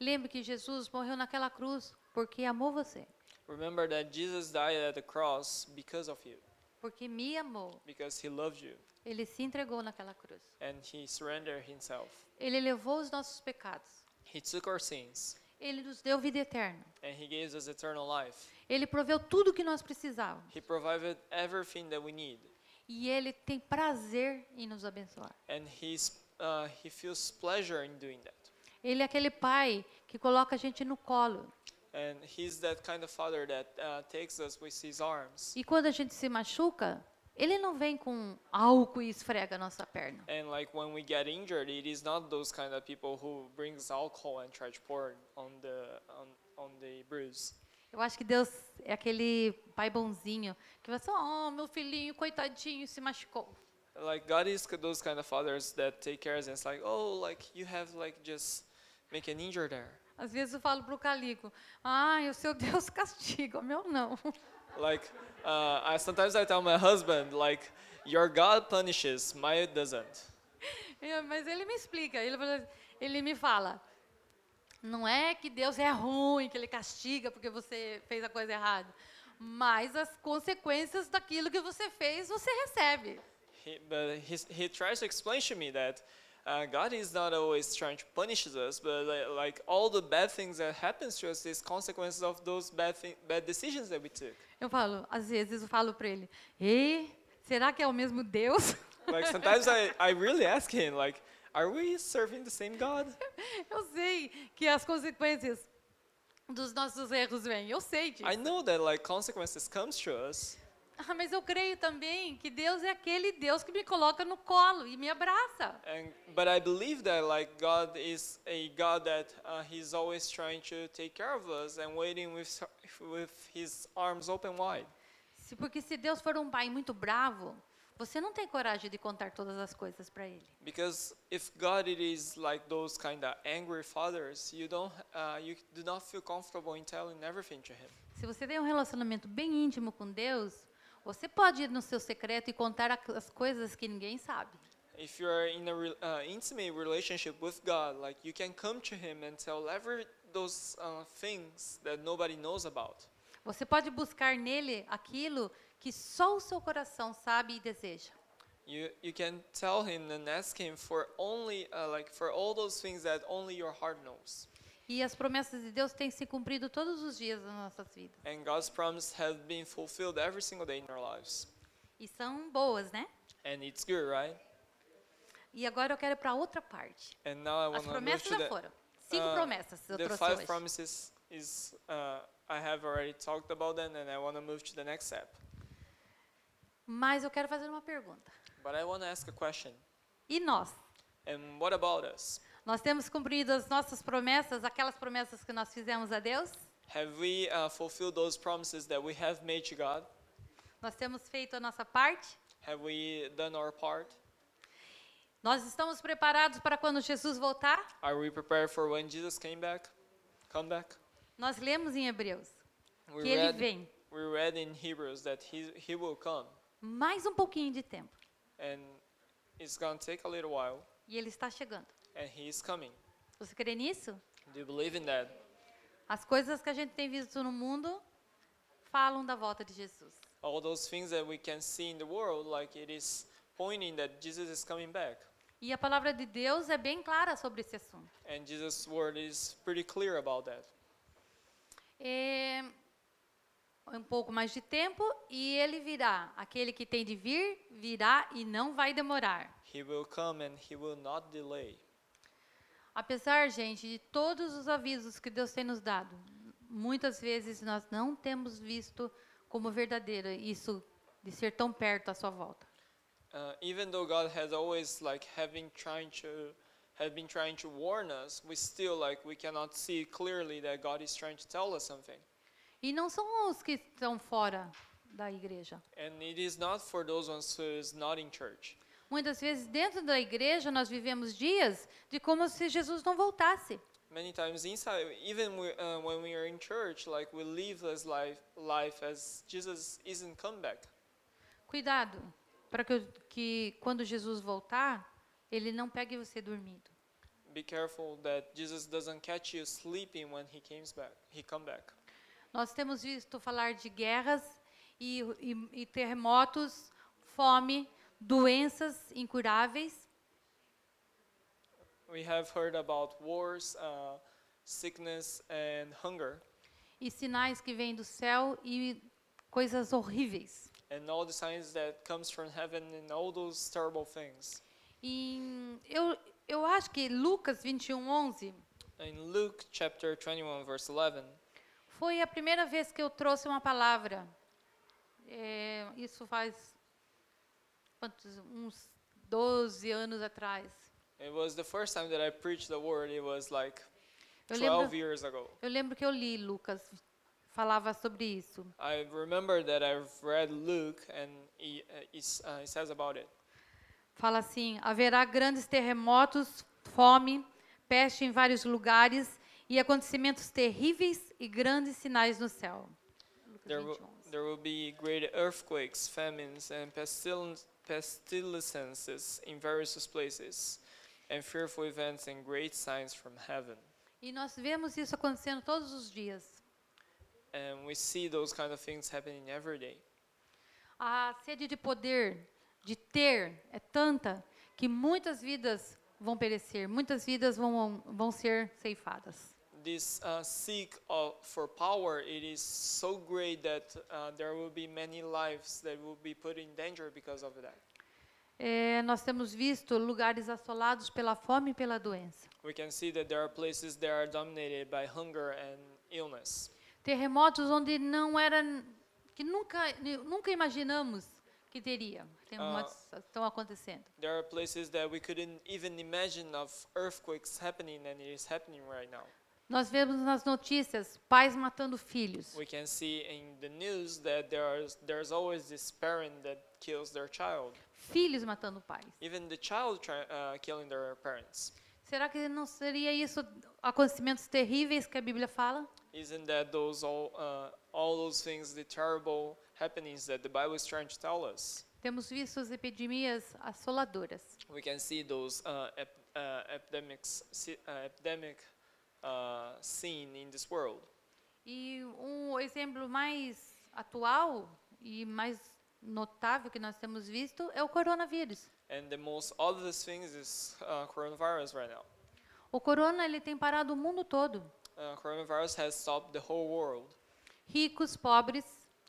Speaker 1: lembre que Jesus morreu naquela cruz porque amou você,
Speaker 2: remember that Jesus died at the cross because of you,
Speaker 1: porque me amou.
Speaker 2: because he loved you
Speaker 1: Ele se entregou naquela cruz.
Speaker 2: and he surrendered himself.
Speaker 1: Ele levou os nossos pecados.
Speaker 2: He took our sins
Speaker 1: Ele nos deu vida eterna.
Speaker 2: and he gives us eternal life.
Speaker 1: Ele proveu tudo o que nós precisávamos.
Speaker 2: He provided everything that we need
Speaker 1: E ele tem prazer em nos abençoar.
Speaker 2: and he's, uh, he feels pleasure in doing that.
Speaker 1: Ele é aquele pai que coloca a gente no colo.
Speaker 2: And he's that kind of father that uh, takes us with his arms.
Speaker 1: E quando a gente se machuca, ele não vem com álcool e esfrega a nossa perna.
Speaker 2: And like when we get injured, it is not those kind of people who brings alcohol and try to pour it on the on, on the bruise.
Speaker 1: Eu acho que Deus é aquele pai bonzinho que vai só, oh, meu filhinho, coitadinho, se machucou.
Speaker 2: Like God is k- those kind of fathers that take care of us. It's like oh, like you have like just make an injury there.
Speaker 1: Às vezes eu falo pro Calico, ai, o seu Deus [laughs] castiga, o meu não.
Speaker 2: Like uh, I sometimes I tell my husband like your God punishes, my doesn't.
Speaker 1: Eu, mas ele me explica, ele, fala- ele me fala, não é que Deus é ruim, que ele castiga porque você fez a coisa errada, mas as consequências daquilo que você fez, você recebe.
Speaker 2: He, but he's, he tries to explain to me that uh, God is not always trying to punish us, but li- like all the bad things that happens to us is consequences of those bad thi- bad decisions that we took.
Speaker 1: Eu falo, às vezes eu falo para ele, ei, será que é o mesmo Deus? [laughs]
Speaker 2: Like sometimes I, I really ask him like, are we serving the same God?
Speaker 1: Eu sei que as consequências dos nossos erros vêm, eu sei disso.
Speaker 2: I know that like consequences comes to us,
Speaker 1: Ah, mas eu creio também que Deus é aquele Deus que me coloca no colo e me abraça.
Speaker 2: and but I believe that like God is a God that uh, He's always trying to take care of us and waiting with s- with His arms open wide.
Speaker 1: Se, porque se Deus for um pai muito bravo, você não tem coragem de contar todas as coisas para ele.
Speaker 2: Because if God it is like those kind of angry fathers, you don't, uh, you do not feel comfortable in telling everything to Him.
Speaker 1: Se você tem um relacionamento bem íntimo com Deus, você pode ir no seu secreto e contar a- as coisas que ninguém sabe.
Speaker 2: If you are in a re- uh, intimate relationship with God, like you can come to Him and tell every those uh, things that nobody knows about.
Speaker 1: Você pode buscar nele aquilo que só o seu coração sabe e deseja.
Speaker 2: You you can tell Him and ask Him for only uh, like for all those things that only your heart knows.
Speaker 1: E as promessas de Deus têm se cumprido todos os dias nas nossas vidas.
Speaker 2: And God's promise has been fulfilled every single day in our lives,
Speaker 1: E são boas, né?
Speaker 2: and it's good, right?
Speaker 1: E agora eu quero ir para outra parte.
Speaker 2: And now I
Speaker 1: As
Speaker 2: want to
Speaker 1: promessas
Speaker 2: move to
Speaker 1: já
Speaker 2: the
Speaker 1: foram. Cinco
Speaker 2: Uh,
Speaker 1: promessas eu
Speaker 2: the
Speaker 1: trouxe
Speaker 2: five
Speaker 1: hoje.
Speaker 2: promises is uh, I have already talked about them, and I want to move to the next step.
Speaker 1: Mas eu quero fazer uma pergunta.
Speaker 2: But I want to ask a question.
Speaker 1: E nós?
Speaker 2: And what about us?
Speaker 1: Nós temos cumprido as nossas promessas, aquelas promessas que nós fizemos a Deus?
Speaker 2: Have we uh, fulfilled those promises that we have made to God?
Speaker 1: Nós temos feito a nossa parte?
Speaker 2: Have we done our part?
Speaker 1: Nós estamos preparados para quando Jesus voltar?
Speaker 2: Are we prepared for when Jesus came back? Come back.
Speaker 1: Nós lemos em Hebreus
Speaker 2: We
Speaker 1: que ele
Speaker 2: read,
Speaker 1: vem.
Speaker 2: we read in Hebrews that he, he will come,
Speaker 1: Mais um pouquinho de tempo
Speaker 2: and it's gonna take a little while,
Speaker 1: e ele está chegando.
Speaker 2: and he is coming.
Speaker 1: Você crê nisso?
Speaker 2: Do you believe in that?
Speaker 1: As coisas que a gente tem visto no mundo falam da volta de Jesus.
Speaker 2: all those things that we can see in the world, like it is pointing that Jesus is coming back.
Speaker 1: E a palavra de Deus é bem clara sobre esse assunto.
Speaker 2: And Jesus' word is pretty clear about that.
Speaker 1: É, um pouco mais de tempo e ele virá. Aquele que tem de vir, virá e não vai demorar.
Speaker 2: He will come and he will not delay.
Speaker 1: Apesar, gente, de todos os avisos que Deus tem nos dado, muitas vezes nós não temos visto como verdadeiro isso de ser tão perto à sua volta.
Speaker 2: Uh, even though God has always like having trying to have been trying to warn us, we still like we cannot see clearly that God is trying to tell us something.
Speaker 1: E não são os que estão fora da igreja.
Speaker 2: And it is not for those ones who is not in church.
Speaker 1: Muitas vezes dentro da igreja nós vivemos dias de como se Jesus não voltasse.
Speaker 2: Many times inside, even we, uh, when we are in church, like we live this life life as Jesus isn't come back.
Speaker 1: Cuidado, para que, eu- que quando Jesus voltar, ele não pegue você dormindo.
Speaker 2: Be careful that Jesus doesn't catch you sleeping when he comes back. He come back.
Speaker 1: Nós temos visto falar de guerras e, e- e terremotos, fome, doenças incuráveis,
Speaker 2: We have heard about wars, uh, sickness, and hunger,
Speaker 1: e sinais que vêm do céu e coisas horríveis.
Speaker 2: and all the signs that comes from heaven, and all those terrible things.
Speaker 1: Em- eu, eu acho que Lucas 21, 11
Speaker 2: In Luke chapter 21, verse 11,
Speaker 1: foi a primeira vez que eu trouxe uma palavra. É, isso faz quantos, uns 12 anos atrás.
Speaker 2: it was the first time that I preached the word. It was like
Speaker 1: Eu
Speaker 2: 12
Speaker 1: lembro,
Speaker 2: years ago.
Speaker 1: eu lembro que eu li Lucas, falava sobre isso.
Speaker 2: I remember that I've read Luke, and he, uh, it's, uh, it says about it.
Speaker 1: Fala assim: haverá grandes terremotos, fome, peste em vários lugares e acontecimentos terríveis e grandes sinais no céu. Lucas
Speaker 2: There will,
Speaker 1: 21.
Speaker 2: there will be great earthquakes, famines, and pestil- pestilences in various places, and fearful events and great signs from heaven.
Speaker 1: E nós vemos isso acontecendo todos os dias.
Speaker 2: And we see those kind of things happening every day.
Speaker 1: A sede de poder, de ter, é tanta que muitas vidas vão perecer, muitas vidas vão, vão ser ceifadas.
Speaker 2: This uh, seek of, for power, it is so great that uh, there will be many lives that will be put in danger because of that.
Speaker 1: É, nós temos visto lugares assolados pela fome e pela doença.
Speaker 2: We can see that there are places that are dominated by hunger and illness.
Speaker 1: terremotos onde não era que nunca nunca imaginamos que teria terremotos estão acontecendo
Speaker 2: There are places that we couldn't even imagine of earthquakes happening, and it is happening right now.
Speaker 1: nós vemos nas notícias pais matando filhos
Speaker 2: We can see in the news that there are, there's always this parent that kills their child,
Speaker 1: filhos matando pais
Speaker 2: even the child try, uh, killing their parents.
Speaker 1: será que não seria isso acontecimentos terríveis que a Bíblia fala
Speaker 2: Isn't that those all, uh, all those things, the terrible happenings that the Bible is trying to tell us?
Speaker 1: temos visto as epidemias assoladoras
Speaker 2: We can see those uh, ep, uh, epidemics, se- uh, epidemic uh, scene in this world.
Speaker 1: e um exemplo mais atual e mais notável que nós temos visto é o coronavírus
Speaker 2: And the most obvious thing is uh, coronavirus right now.
Speaker 1: o corona ele tem parado o mundo todo
Speaker 2: Uh, coronavirus has stopped the whole world,
Speaker 1: ricos pobres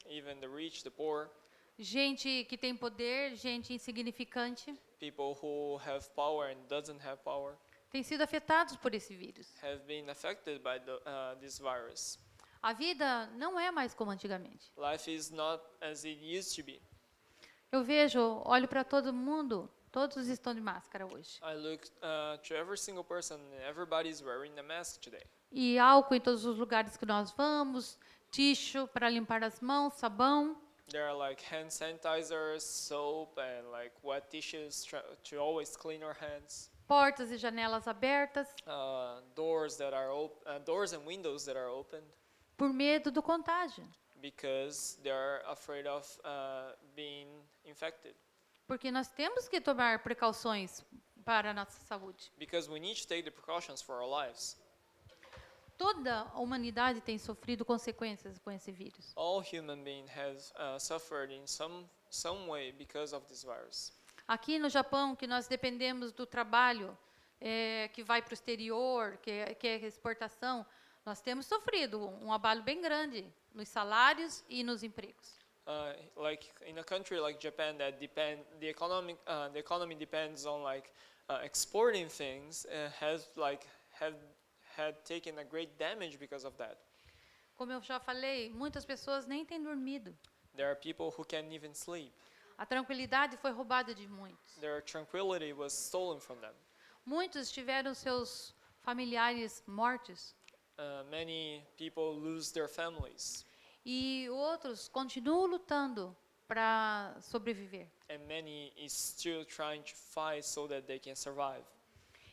Speaker 2: even the rich, the poor,
Speaker 1: Gente que tem poder, gente insignificante,
Speaker 2: people who have power and doesn't have power
Speaker 1: têm sido afetados por esse vírus.
Speaker 2: have been affected by the, uh, this virus.
Speaker 1: A vida não é mais como antigamente.
Speaker 2: Life is not as it used to be.
Speaker 1: Eu vejo, olho para todo mundo, todos estão de máscara hoje.
Speaker 2: I look uh, to every single person, and everybody's wearing a mask today.
Speaker 1: E álcool em todos os lugares que nós vamos, ticho para limpar as mãos, sabão.
Speaker 2: There are like hand sanitizers, soap, and like wet tissues tr- to always clean our hands.
Speaker 1: Portas e janelas abertas
Speaker 2: Uh, doors that are op- uh, doors and windows that are opened.
Speaker 1: por medo do contágio,
Speaker 2: because they're afraid of uh, being infected.
Speaker 1: porque nós temos que tomar precauções para a nossa saúde.
Speaker 2: Because we need to take the precautions for our lives.
Speaker 1: Toda a humanidade tem sofrido consequências com esse vírus.
Speaker 2: All human beings have uh, suffered in some some way because of this virus.
Speaker 1: Aqui no Japão, que nós dependemos do trabalho eh, que vai para o exterior, que, é- que é exportação, nós temos sofrido um um abalo bem grande nos salários e nos empregos.
Speaker 2: Uh, like in a country like Japan that depend the economic uh, the economy depends on like uh, exporting things uh, has like have had taken a great damage because of that.
Speaker 1: Como eu já falei, muitas pessoas nem têm dormido.
Speaker 2: There are people who can't even sleep.
Speaker 1: A tranquilidade foi roubada de muitos.
Speaker 2: Their tranquility was stolen from them.
Speaker 1: Muitos tiveram seus familiares mortos
Speaker 2: Uh, many people lose their families.
Speaker 1: e outros continuam lutando para sobreviver.
Speaker 2: and many is still trying to fight so that they can survive.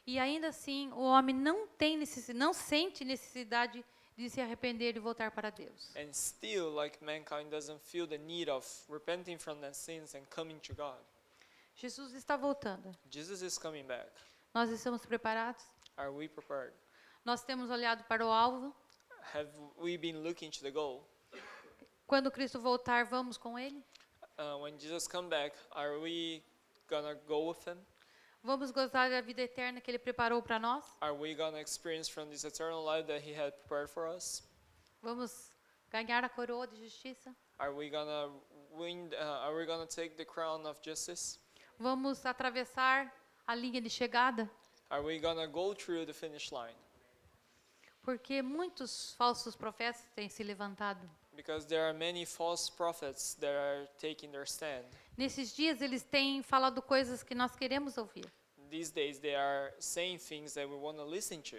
Speaker 1: E ainda assim, o homem não tem necessidade, não sente necessidade de se arrepender e voltar para Deus.
Speaker 2: And still, like mankind doesn't feel the need of repenting from their sins and coming to God.
Speaker 1: Jesus está voltando.
Speaker 2: Jesus is coming back.
Speaker 1: Nós estamos preparados?
Speaker 2: Are we prepared?
Speaker 1: Nós temos olhado para o alvo.
Speaker 2: Have we been looking to the goal?
Speaker 1: Quando Cristo voltar, vamos com ele?
Speaker 2: Uh, when Jesus come back, are we gonna go with him?
Speaker 1: Vamos gozar da vida eterna que ele preparou para nós?
Speaker 2: Are we gonna experience from this eternal life that he had prepared for us?
Speaker 1: Vamos ganhar a coroa de justiça?
Speaker 2: Are we gonna win? Uh, are we gonna take the crown of justice?
Speaker 1: Vamos atravessar a linha de chegada?
Speaker 2: Are we gonna go through the finish line?
Speaker 1: Porque muitos falsos profetas têm se levantado.
Speaker 2: Because there are many false prophets that are taking their stand.
Speaker 1: Nesses dias eles têm falado coisas que nós queremos ouvir.
Speaker 2: These days, they are saying things that we want to listen to.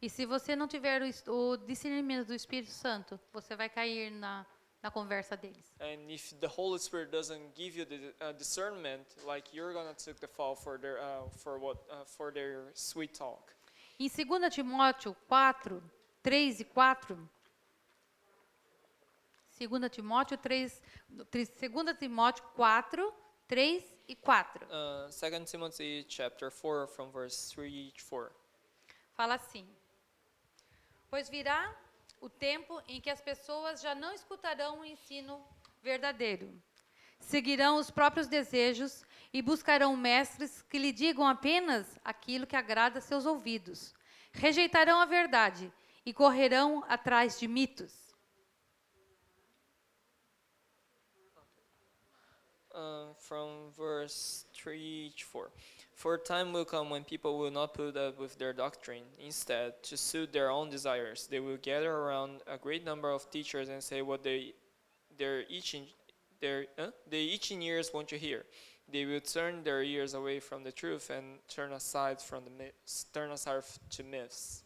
Speaker 1: E se você não tiver o es- o discernimento do Espírito Santo, você vai cair na, na conversa deles.
Speaker 2: And if the Holy Spirit doesn't give you the uh, discernment, like you're gonna take the fall for their uh, for what uh, for their sweet talk.
Speaker 1: Em 2 Timóteo 4, 3 e 4. 2 Timóteo 3, 3 2 Timóteo 4, 3 e 4.
Speaker 2: Uh, 2 Timothy chapter four, from verse three to four.
Speaker 1: Fala assim: Pois virá o tempo em que as pessoas já não escutarão o ensino verdadeiro. Seguirão os próprios desejos e buscarão mestres que lhe digam apenas aquilo que agrada a seus ouvidos. Rejeitarão a verdade e correrão atrás de mitos.
Speaker 2: Uh, from verse 3 to 4. For a time will come when people will not put up with their doctrine. Instead, to suit their own desires, they will gather around a great number of teachers and say what they their itching their uh, their itching ears want to hear. They will turn their ears away from the truth and turn aside from the myths, turn aside f- to myths.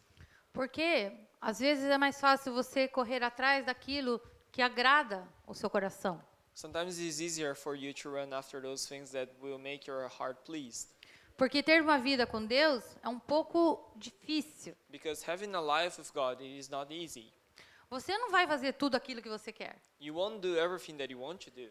Speaker 1: Porque às vezes é mais fácil você correr atrás daquilo que agrada o seu coração.
Speaker 2: Sometimes it's easier for you to run after those things that will make your heart pleased.
Speaker 1: Porque ter uma vida com Deus é um pouco difícil.
Speaker 2: Because having a life with God it is not easy.
Speaker 1: Você não vai fazer tudo aquilo que você quer.
Speaker 2: You won't do everything that you want to do.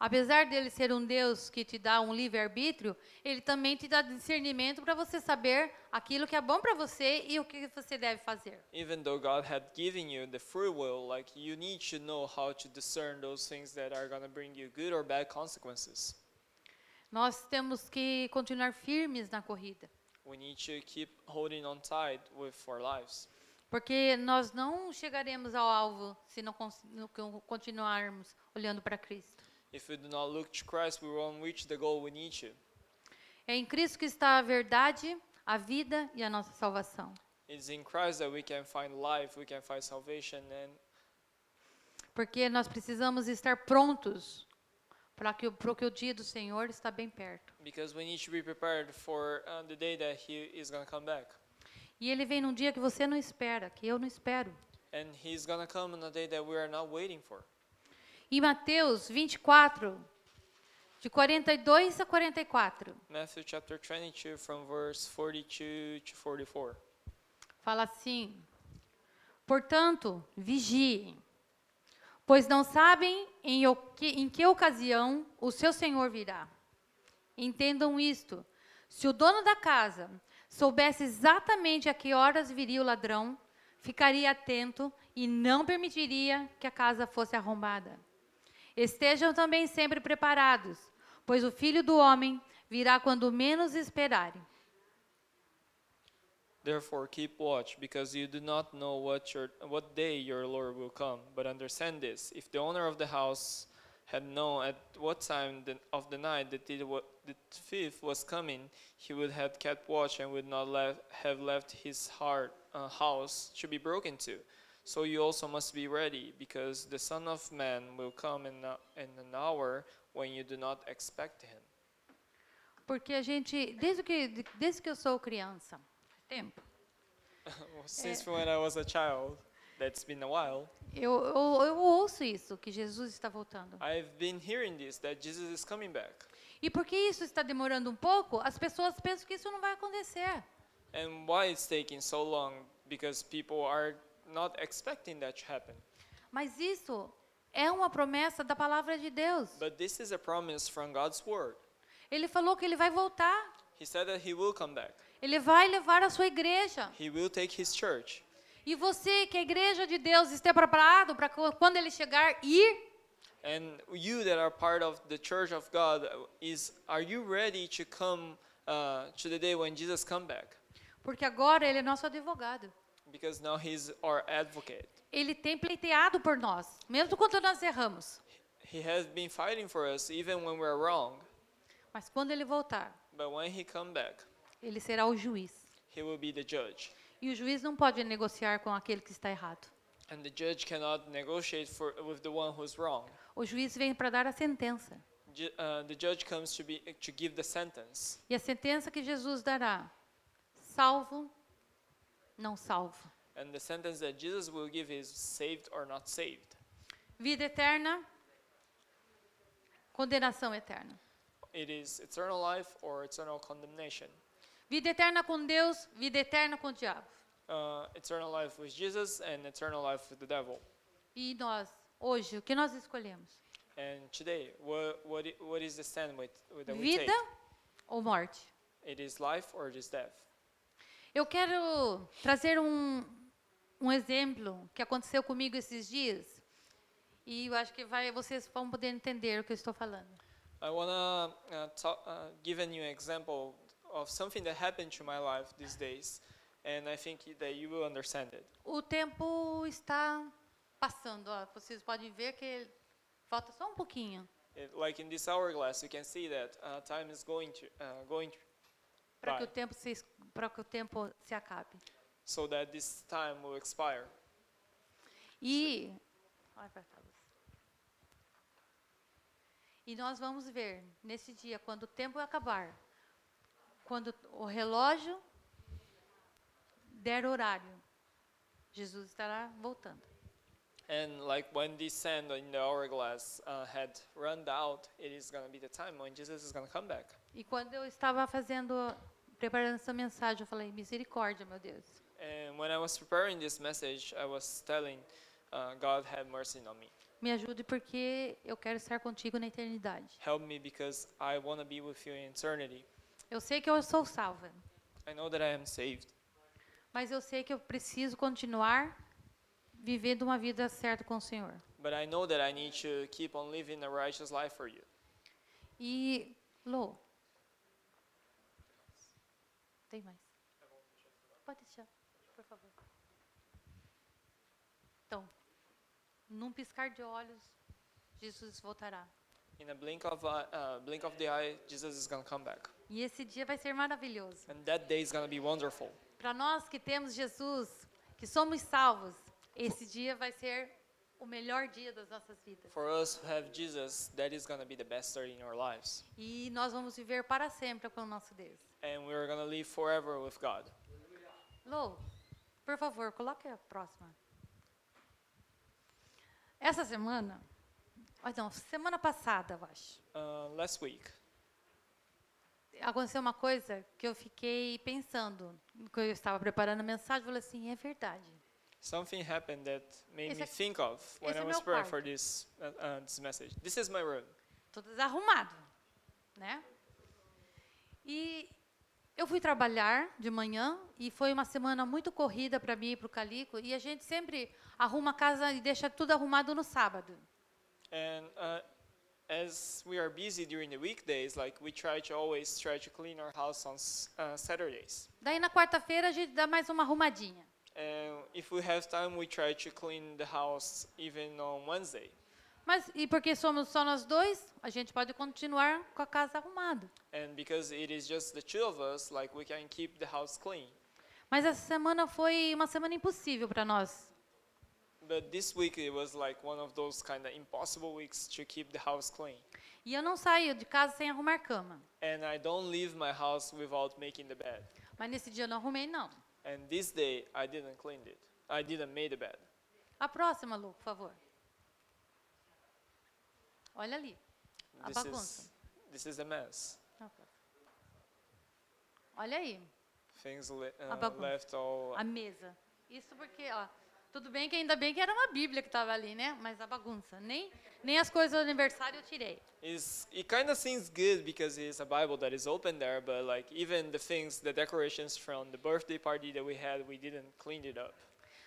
Speaker 1: Apesar dele ser um Deus que te dá um livre-arbítrio, ele também te dá discernimento para você saber aquilo que é bom para você e o que você deve fazer.
Speaker 2: Even though God had given you the free will, like you need to know how to discern those things that are going to bring you good or bad consequences.
Speaker 1: Nós temos que continuar firmes na corrida,
Speaker 2: We need to keep holding on tight with our lives
Speaker 1: porque nós não chegaremos ao alvo se não cons- não con- continuarmos olhando para Cristo.
Speaker 2: if we do not look to Christ, we won't reach the goal we need to.
Speaker 1: É em Cristo que está a verdade, a vida e a nossa salvação.
Speaker 2: It's in Christ that we can find life, we can find salvation, and
Speaker 1: Porque nós precisamos estar prontos para que, o- pro que o dia do Senhor está bem perto.
Speaker 2: because we need to be prepared for uh, the day that He is going to come back.
Speaker 1: E ele vem num dia que você não espera, que eu não espero.
Speaker 2: And He's going to come on a day that we are not waiting for.
Speaker 1: Em Mateus 24, de 42 a 44,
Speaker 2: Matthew chapter 22, from verse 42 to 44.
Speaker 1: fala assim: Portanto, vigiem, pois não sabem em, o que, em que ocasião o seu Senhor virá. Entendam isto. Se o dono da casa soubesse exatamente a que horas viria o ladrão, ficaria atento e não permitiria que a casa fosse arrombada. Estejam também sempre preparados, pois o filho do homem virá quando menos esperarem.
Speaker 2: Therefore, keep watch, because you do not know what your what day your Lord will come. But understand this: if the owner of the house had known at what time the, of the night the, thi- wa- the thief was coming, he would have kept watch and would not lef- have left his heart, uh, house to be broken to. So you also must be ready, because the Son of Man will come in, a, in an hour when you do not expect him.
Speaker 1: Porque a gente, desde que, de- desde que eu sou criança, faz tempo,
Speaker 2: [laughs] Since when I was a child, that's been a while.
Speaker 1: eu, eu, eu ouço isso, que Jesus está voltando.
Speaker 2: I've been hearing this that Jesus is coming back.
Speaker 1: E porque isso está demorando um pouco, as pessoas pensam que isso não vai acontecer.
Speaker 2: And why it's taking so long because people are not expecting that to happen.
Speaker 1: Mas isso é uma promessa da palavra de Deus.
Speaker 2: But this is a promise from God's word.
Speaker 1: Ele falou que ele vai voltar.
Speaker 2: He said that he will come back.
Speaker 1: Ele vai levar a sua igreja.
Speaker 2: He will take his church.
Speaker 1: E você, que a igreja de Deus esteja preparado para quando ele chegar, ir.
Speaker 2: And you that are part of the church of God uh, is are you ready to come uh, to the day when Jesus come back?
Speaker 1: Porque agora ele é nosso advogado.
Speaker 2: Because now he's our advocate.
Speaker 1: Ele tem pleiteado por nós, mesmo quando nós erramos.
Speaker 2: He has been fighting for us even when we're wrong.
Speaker 1: Mas quando ele voltar,
Speaker 2: But when he come back,
Speaker 1: ele será o juiz.
Speaker 2: he will be the judge.
Speaker 1: E o juiz não pode negociar com aquele que está errado.
Speaker 2: And the judge cannot negotiate for, with the one who's wrong.
Speaker 1: O juiz vem para dar a sentença.
Speaker 2: Ju- uh, the judge comes to, be, to give the sentence.
Speaker 1: E a sentença que Jesus dará: salvo, não salvo.
Speaker 2: And the sentence that Jesus will give is saved or not saved.
Speaker 1: Vida eterna, condenação eterna.
Speaker 2: It is eternal life or eternal condemnation.
Speaker 1: Vida eterna com Deus, vida eterna com o diabo.
Speaker 2: Uh, eternal life with Jesus and eternal life with the devil.
Speaker 1: E nós, hoje, o que nós escolhemos?
Speaker 2: And today, what, what, i- what is the stand with, with that we take?
Speaker 1: Vida ou morte?
Speaker 2: It is life or it is death?
Speaker 1: Eu quero trazer um, um exemplo que aconteceu comigo esses dias. E eu acho que vai, vocês vão poder entender o que eu estou falando.
Speaker 2: I want to uh, talk, uh, give a new example of something that happened to my life these days, and I think that you will understand it.
Speaker 1: O tempo está passando. Ó, vocês podem ver que falta só um pouquinho
Speaker 2: it. Like in this hourglass, you can see that uh, time is going to uh, going to
Speaker 1: para que
Speaker 2: Vai.
Speaker 1: o tempo se es- para que o tempo se acabe.
Speaker 2: so that this time will expire.
Speaker 1: E Olha pra cá, Lúcia. e nós vamos ver nesse dia quando o tempo acabar, quando o relógio der horário, Jesus estará voltando.
Speaker 2: And like when this sand in the hourglass uh, had run out, it is going to be the time when Jesus is going to come back.
Speaker 1: E quando eu estava fazendo preparando essa mensagem, eu falei misericórdia, meu Deus.
Speaker 2: And when I was preparing this message, I was telling uh, God, have mercy on me.
Speaker 1: Me ajude porque eu quero estar contigo na eternidade.
Speaker 2: Help me because I want to be with you in eternity.
Speaker 1: Eu sei que eu sou salva,
Speaker 2: I know that I am saved,
Speaker 1: mas eu sei que eu preciso continuar vivendo uma vida certa com o Senhor.
Speaker 2: but I know that I need to keep on living a righteous life for you.
Speaker 1: E Lô. Tem mais? Pode deixar, por favor. Então, num piscar de olhos, Jesus voltará.
Speaker 2: In a blink of eye- uh, blink of the eye, Jesus is going to come back.
Speaker 1: E esse dia vai ser maravilhoso.
Speaker 2: And that day is going to be wonderful.
Speaker 1: Para nós que temos Jesus, que somos salvos, esse dia vai ser o melhor dia das nossas vidas.
Speaker 2: For us who have Jesus, that is going to be the best day in our lives.
Speaker 1: E nós vamos viver para sempre com o nosso Deus.
Speaker 2: And we're going to live forever with God.
Speaker 1: Lou, por favor, coloque a próxima. Essa semana, ah, não, semana passada, eu acho,
Speaker 2: Uh, last week,
Speaker 1: aconteceu uma coisa que eu fiquei pensando, quando eu estava preparando a mensagem, eu falei assim, é verdade.
Speaker 2: something happened that made
Speaker 1: Esse
Speaker 2: me
Speaker 1: é-
Speaker 2: think of when
Speaker 1: esse
Speaker 2: I
Speaker 1: é
Speaker 2: was
Speaker 1: meu
Speaker 2: praying
Speaker 1: quarto.
Speaker 2: for this, uh, uh, this message. This is my room.
Speaker 1: Tô desarrumado, né? E eu fui trabalhar de manhã e foi uma semana muito corrida para mim e para o Calico, e a gente sempre arruma a casa e deixa tudo arrumado no sábado.
Speaker 2: And uh, as we are busy during the weekdays, like we try to always try to clean our house on s- uh, Saturdays.
Speaker 1: Daí na quarta-feira a gente dá mais uma arrumadinha.
Speaker 2: And if we have time, we try to clean the house even on Wednesday.
Speaker 1: Mas e porque somos só nós dois, a gente pode continuar com a casa arrumada.
Speaker 2: And because it is just the two of us, like we can keep the house clean.
Speaker 1: Mas essa semana foi uma semana impossível para nós.
Speaker 2: But this week it was like one of those kind of impossible weeks to keep the house clean.
Speaker 1: E eu não saio de casa sem arrumar cama.
Speaker 2: And I don't leave my house without making the bed.
Speaker 1: Mas nesse dia eu não arrumei não.
Speaker 2: And this day I didn't clean it. I didn't make the bed.
Speaker 1: A próxima, Lu, por favor. Olha ali. A
Speaker 2: This
Speaker 1: bagunça.
Speaker 2: is this is a mess.
Speaker 1: A próxima. Olha aí,
Speaker 2: Things le-
Speaker 1: A
Speaker 2: uh,
Speaker 1: bagunça.
Speaker 2: left all
Speaker 1: a mesa. Isso porque, ó, Tudo bem que ainda bem que era uma Bíblia que estava ali, né? Mas a bagunça. Nem, nem as coisas do aniversário eu tirei.
Speaker 2: It's, it kind of seems good because it's a Bible that is open there, but like even the things, the decorations from the birthday party that we had, we didn't clean it up.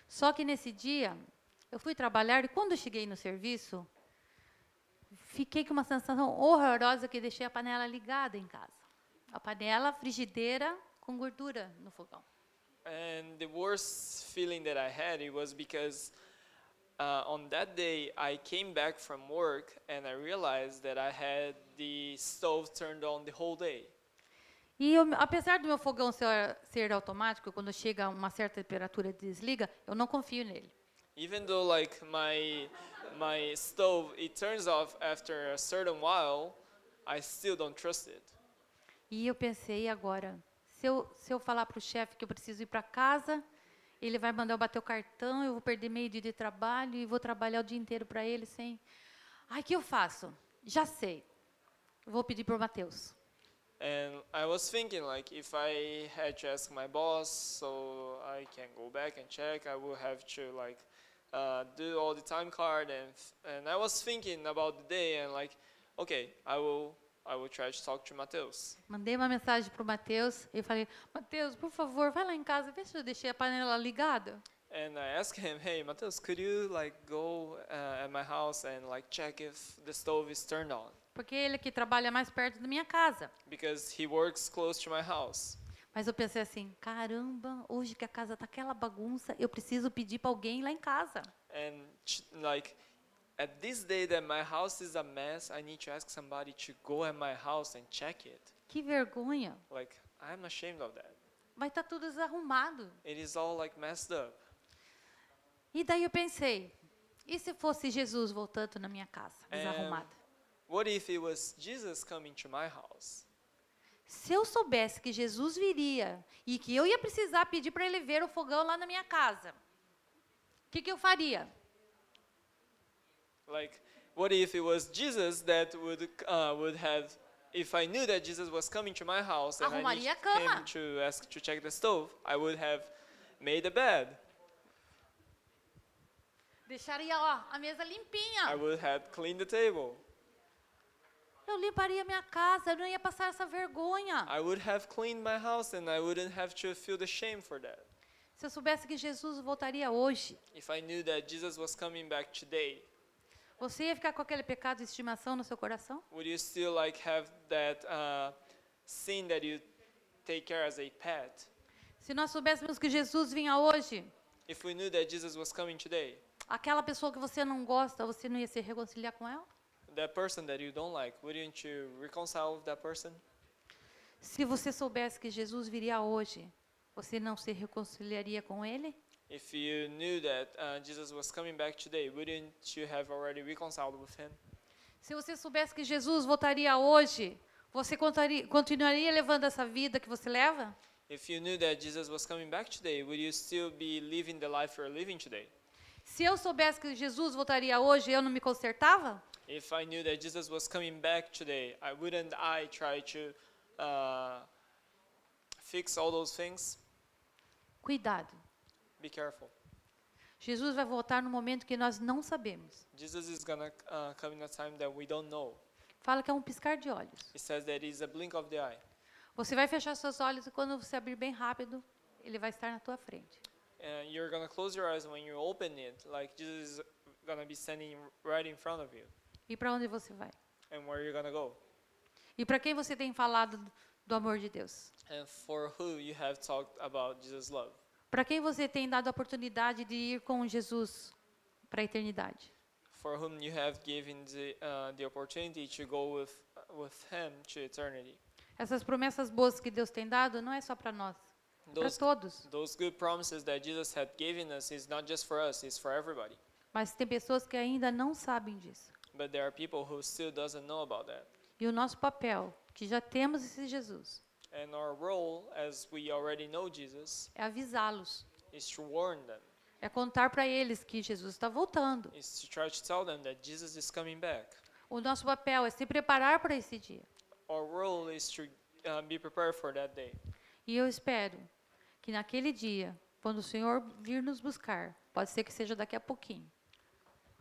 Speaker 1: Só que nesse dia, eu fui trabalhar e quando eu cheguei no serviço, fiquei com uma sensação horrorosa que deixei a panela ligada em casa. A panela, frigideira com gordura no fogão.
Speaker 2: And the worst feeling that I had it was because uh, on that day I came back from work and I realized that I had the stove turned on the whole day.
Speaker 1: E eu, apesar do meu fogão ser, ser automático, quando chega a uma certa temperatura ele desliga, eu não confio nele.
Speaker 2: Even though like my my stove it turns off after a certain while, I still don't trust it.
Speaker 1: E eu pensei, e agora? Se eu, se eu falar para o chefe que eu preciso ir para casa, ele vai mandar eu bater o cartão, eu vou perder meio dia de trabalho e vou trabalhar o dia inteiro para ele sem. Ai, o que eu faço? Já sei. Eu Vou pedir para o Matheus.
Speaker 2: And I was thinking, like, if I had to ask my boss, so I can go back and check, I will have to like uh, do all the time card, and and I was thinking about the day, and like, okay, I will I will try to talk to Mateus.
Speaker 1: Mandei uma mensagem para o Matheus e falei: Matheus, por favor, vai lá em casa, vê se eu deixei a panela ligada.
Speaker 2: And I asked him, hey Mateus, could you like go uh, at my house and like check if the stove is turned on?
Speaker 1: Porque ele é que trabalha mais perto da minha casa.
Speaker 2: Because he works close to my house.
Speaker 1: Mas eu pensei assim: caramba, hoje que a casa está aquela bagunça, eu preciso pedir para alguém lá em casa.
Speaker 2: And ch- like at this day that my house is a mess, I need to ask somebody to go at my house and check it.
Speaker 1: Que vergonha.
Speaker 2: Like I'm ashamed of that.
Speaker 1: Vai estar tudo desarrumado.
Speaker 2: It is all like messed up.
Speaker 1: E daí eu pensei: e se fosse Jesus voltando na minha casa,
Speaker 2: É.
Speaker 1: desarrumada?
Speaker 2: What if it was Jesus coming to my house?
Speaker 1: Se eu soubesse que Jesus viria e que eu ia precisar pedir para ele ver o fogão lá na minha casa, o que, que eu faria?
Speaker 2: Like what if it was Jesus that would uh, would have if I knew that Jesus was coming to my house and I need
Speaker 1: Arrumaria a cama.
Speaker 2: him to ask to check the stove, I would have made a bed.
Speaker 1: Deixaria ó, a mesa
Speaker 2: I
Speaker 1: limpinha.
Speaker 2: would have cleaned the table.
Speaker 1: Eu limparia minha casa, eu não ia passar essa vergonha.
Speaker 2: I would have cleaned my house and I wouldn't have to feel the shame for that.
Speaker 1: Se eu soubesse que Jesus voltaria hoje,
Speaker 2: If I knew that Jesus was coming back today,
Speaker 1: você ia ficar com aquele pecado de estimação no seu coração?
Speaker 2: would you still like have that uh, sin that you take care as a pet?
Speaker 1: Se nós soubéssemos que Jesus vinha hoje,
Speaker 2: If we knew that Jesus was coming today,
Speaker 1: aquela pessoa que você não gosta, você não ia se reconciliar com ela?
Speaker 2: that person that you don't like, wouldn't you reconcile with that person?
Speaker 1: Se você soubesse que Jesus viria hoje, você não se reconciliaria com ele?
Speaker 2: If you knew that uh, Jesus was coming back today, wouldn't you have already reconciled with him?
Speaker 1: Se você soubesse que Jesus voltaria hoje, você contaria- continuaria levando essa vida que você leva?
Speaker 2: If you knew that Jesus was coming back today, would you still be living the life you're living today?
Speaker 1: Se eu soubesse que Jesus voltaria hoje, eu não me consertava?
Speaker 2: If I knew that Jesus was coming back today, I wouldn't I try to uh, fix all those things?
Speaker 1: Cuidado.
Speaker 2: Be careful.
Speaker 1: Jesus vai voltar no momento que nós não sabemos.
Speaker 2: Jesus is gonna uh, come in a time that we don't know.
Speaker 1: Fala que é um piscar de olhos.
Speaker 2: It says that it's a blink of the eye.
Speaker 1: Você vai fechar seus olhos e quando você abrir bem rápido, ele vai estar na tua frente.
Speaker 2: And you're gonna close your eyes when you open it, like Jesus is gonna be standing right in front of you.
Speaker 1: E para onde você vai?
Speaker 2: And where you're gonna go?
Speaker 1: E para quem você tem falado do amor de Deus?
Speaker 2: And for who you have talked about Jesus' love?
Speaker 1: Para quem você tem dado a oportunidade de ir com Jesus para a eternidade?
Speaker 2: For whom you have given the uh, the opportunity to go with with Him to eternity?
Speaker 1: Essas promessas boas que Deus tem dado não é só para nós, para
Speaker 2: Those
Speaker 1: todos.
Speaker 2: Those good promises that Jesus had given us is not just for us, it's for everybody.
Speaker 1: Mas tem pessoas que ainda não sabem disso.
Speaker 2: But there are people who still doesn't know about that.
Speaker 1: E o nosso papel, que já temos esse Jesus,
Speaker 2: And our role as we already know Jesus
Speaker 1: é avisá-los,
Speaker 2: is to warn them.
Speaker 1: é contar para eles que Jesus está voltando.
Speaker 2: Is to try to tell them that Jesus is coming back.
Speaker 1: O nosso papel é se preparar para esse dia.
Speaker 2: Our role is to uh, be prepared for that day.
Speaker 1: E eu espero que naquele dia, quando o Senhor vir nos buscar Pode ser que seja daqui a pouquinho.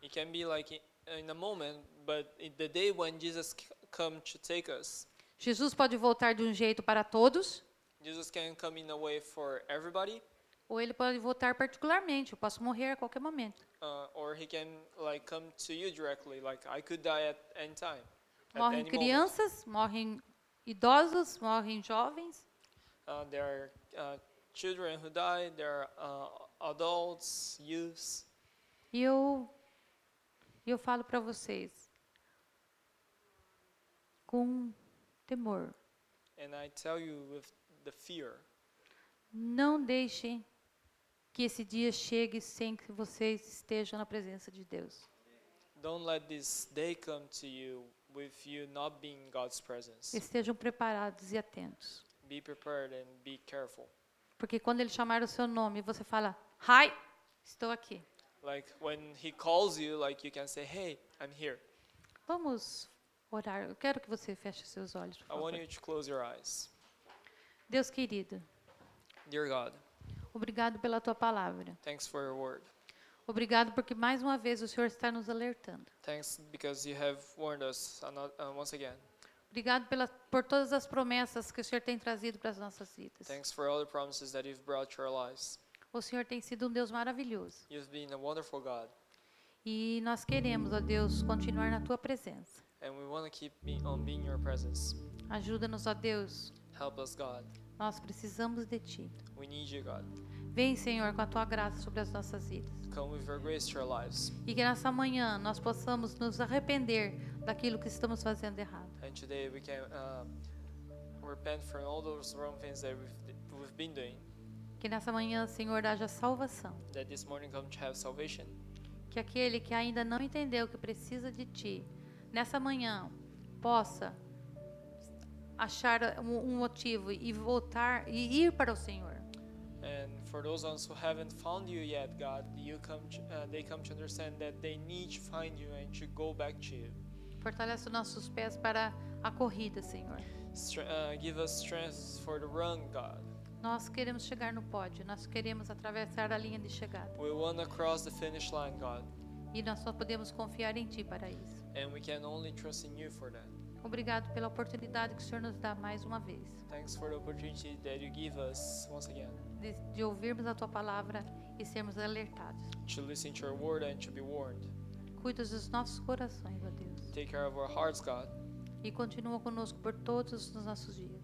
Speaker 2: It can be like i- in a moment, but in the day when Jesus c- come to take us,
Speaker 1: Jesus pode voltar de um jeito para todos,
Speaker 2: Jesus can come in a way for everybody,
Speaker 1: ou ele pode voltar particularmente. Eu posso morrer a qualquer momento.
Speaker 2: uh, or he can like come to you directly. Like I could die at any time, at
Speaker 1: Morrem
Speaker 2: any moment.
Speaker 1: crianças, morrem idosos, morrem jovens.
Speaker 2: Uh, there are uh, children who die. There are uh, adults, youths.
Speaker 1: E eu, e eu falo para vocês com temor:
Speaker 2: And I tell you with the fear,
Speaker 1: não deixem que esse dia chegue sem que vocês estejam na presença de Deus.
Speaker 2: don't let this day come to you with you not being in God's presence.
Speaker 1: Estejam preparados e atentos.
Speaker 2: Be prepared and be careful.
Speaker 1: Porque quando ele chamar o seu nome, você fala: Hi, estou aqui.
Speaker 2: Like when He calls you, like you can say, "Hey, I'm here."
Speaker 1: Vamos orar. Eu quero que você feche seus olhos, por
Speaker 2: I want
Speaker 1: favor.
Speaker 2: you to close your eyes,
Speaker 1: Deus querido,
Speaker 2: dear God.
Speaker 1: obrigado pela tua palavra.
Speaker 2: Thanks for your word.
Speaker 1: Obrigado porque mais uma vez o Senhor está nos alertando.
Speaker 2: Thanks because you have warned us ano- uh, once again.
Speaker 1: Obrigado pela, por todas as promessas que o Senhor tem trazido para as nossas vidas.
Speaker 2: Thanks for all the promises that you've brought to our lives.
Speaker 1: O Senhor tem sido um Deus maravilhoso.
Speaker 2: You've been a wonderful God,
Speaker 1: E nós queremos, ó Deus, continuar na tua presença.
Speaker 2: and we want to keep be- on being in your presence.
Speaker 1: Ajuda-nos, ó Deus.
Speaker 2: Help us, God.
Speaker 1: Nós precisamos de ti.
Speaker 2: We need you, God.
Speaker 1: Vem, Senhor, com a tua graça sobre as nossas vidas.
Speaker 2: Come with your grace to our lives.
Speaker 1: E que nessa manhã nós possamos nos arrepender daquilo que estamos fazendo errado.
Speaker 2: And today we can uh, repent from all those wrong things that we've, we've been doing.
Speaker 1: Que nessa manhã, Senhor, haja salvação.
Speaker 2: That this morning come to have salvation.
Speaker 1: Que aquele que ainda não entendeu que precisa de Ti, nessa manhã, possa achar um um motivo e voltar e ir para o Senhor.
Speaker 2: And for those ones who haven't found you yet, God, you come to, uh, they come to understand that they need to find you and to go back to you.
Speaker 1: Fortalece os nossos pés para a corrida, Senhor.
Speaker 2: Str- uh, give us strength for the run, God.
Speaker 1: Nós queremos chegar no pódio, nós queremos atravessar a linha de chegada.
Speaker 2: We want to cross the finish line, God,
Speaker 1: E nós só podemos confiar em Ti para isso.
Speaker 2: and we can only trust in you for that.
Speaker 1: Obrigado pela oportunidade que o Senhor nos dá mais uma vez.
Speaker 2: Thanks for the opportunity that you give us once again
Speaker 1: de, de ouvirmos a tua palavra e sermos alertados.
Speaker 2: to listen to your word and to be warned.
Speaker 1: Cuida dos nossos corações, ó Deus,
Speaker 2: Take care of our hearts, God.
Speaker 1: e continua conosco por todos os nossos dias.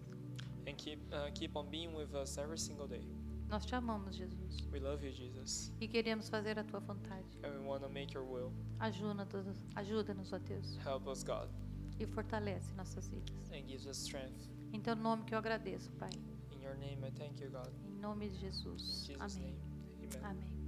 Speaker 2: and keep uh, keep on being with us every single day.
Speaker 1: Nós te amamos, Jesus,
Speaker 2: We love you, Jesus,
Speaker 1: e queremos fazer a tua vontade.
Speaker 2: and we want to make your will.
Speaker 1: Ajuda-nos, ajuda-nos, ó Deus,
Speaker 2: Help us, God,
Speaker 1: e fortalece nossas vidas.
Speaker 2: and give us strength.
Speaker 1: Em teu nome que eu agradeço, Pai.
Speaker 2: In your name, I thank you, God.
Speaker 1: Em nome de Jesus.
Speaker 2: In Jesus'
Speaker 1: Amém.
Speaker 2: name, amen.
Speaker 1: Amém.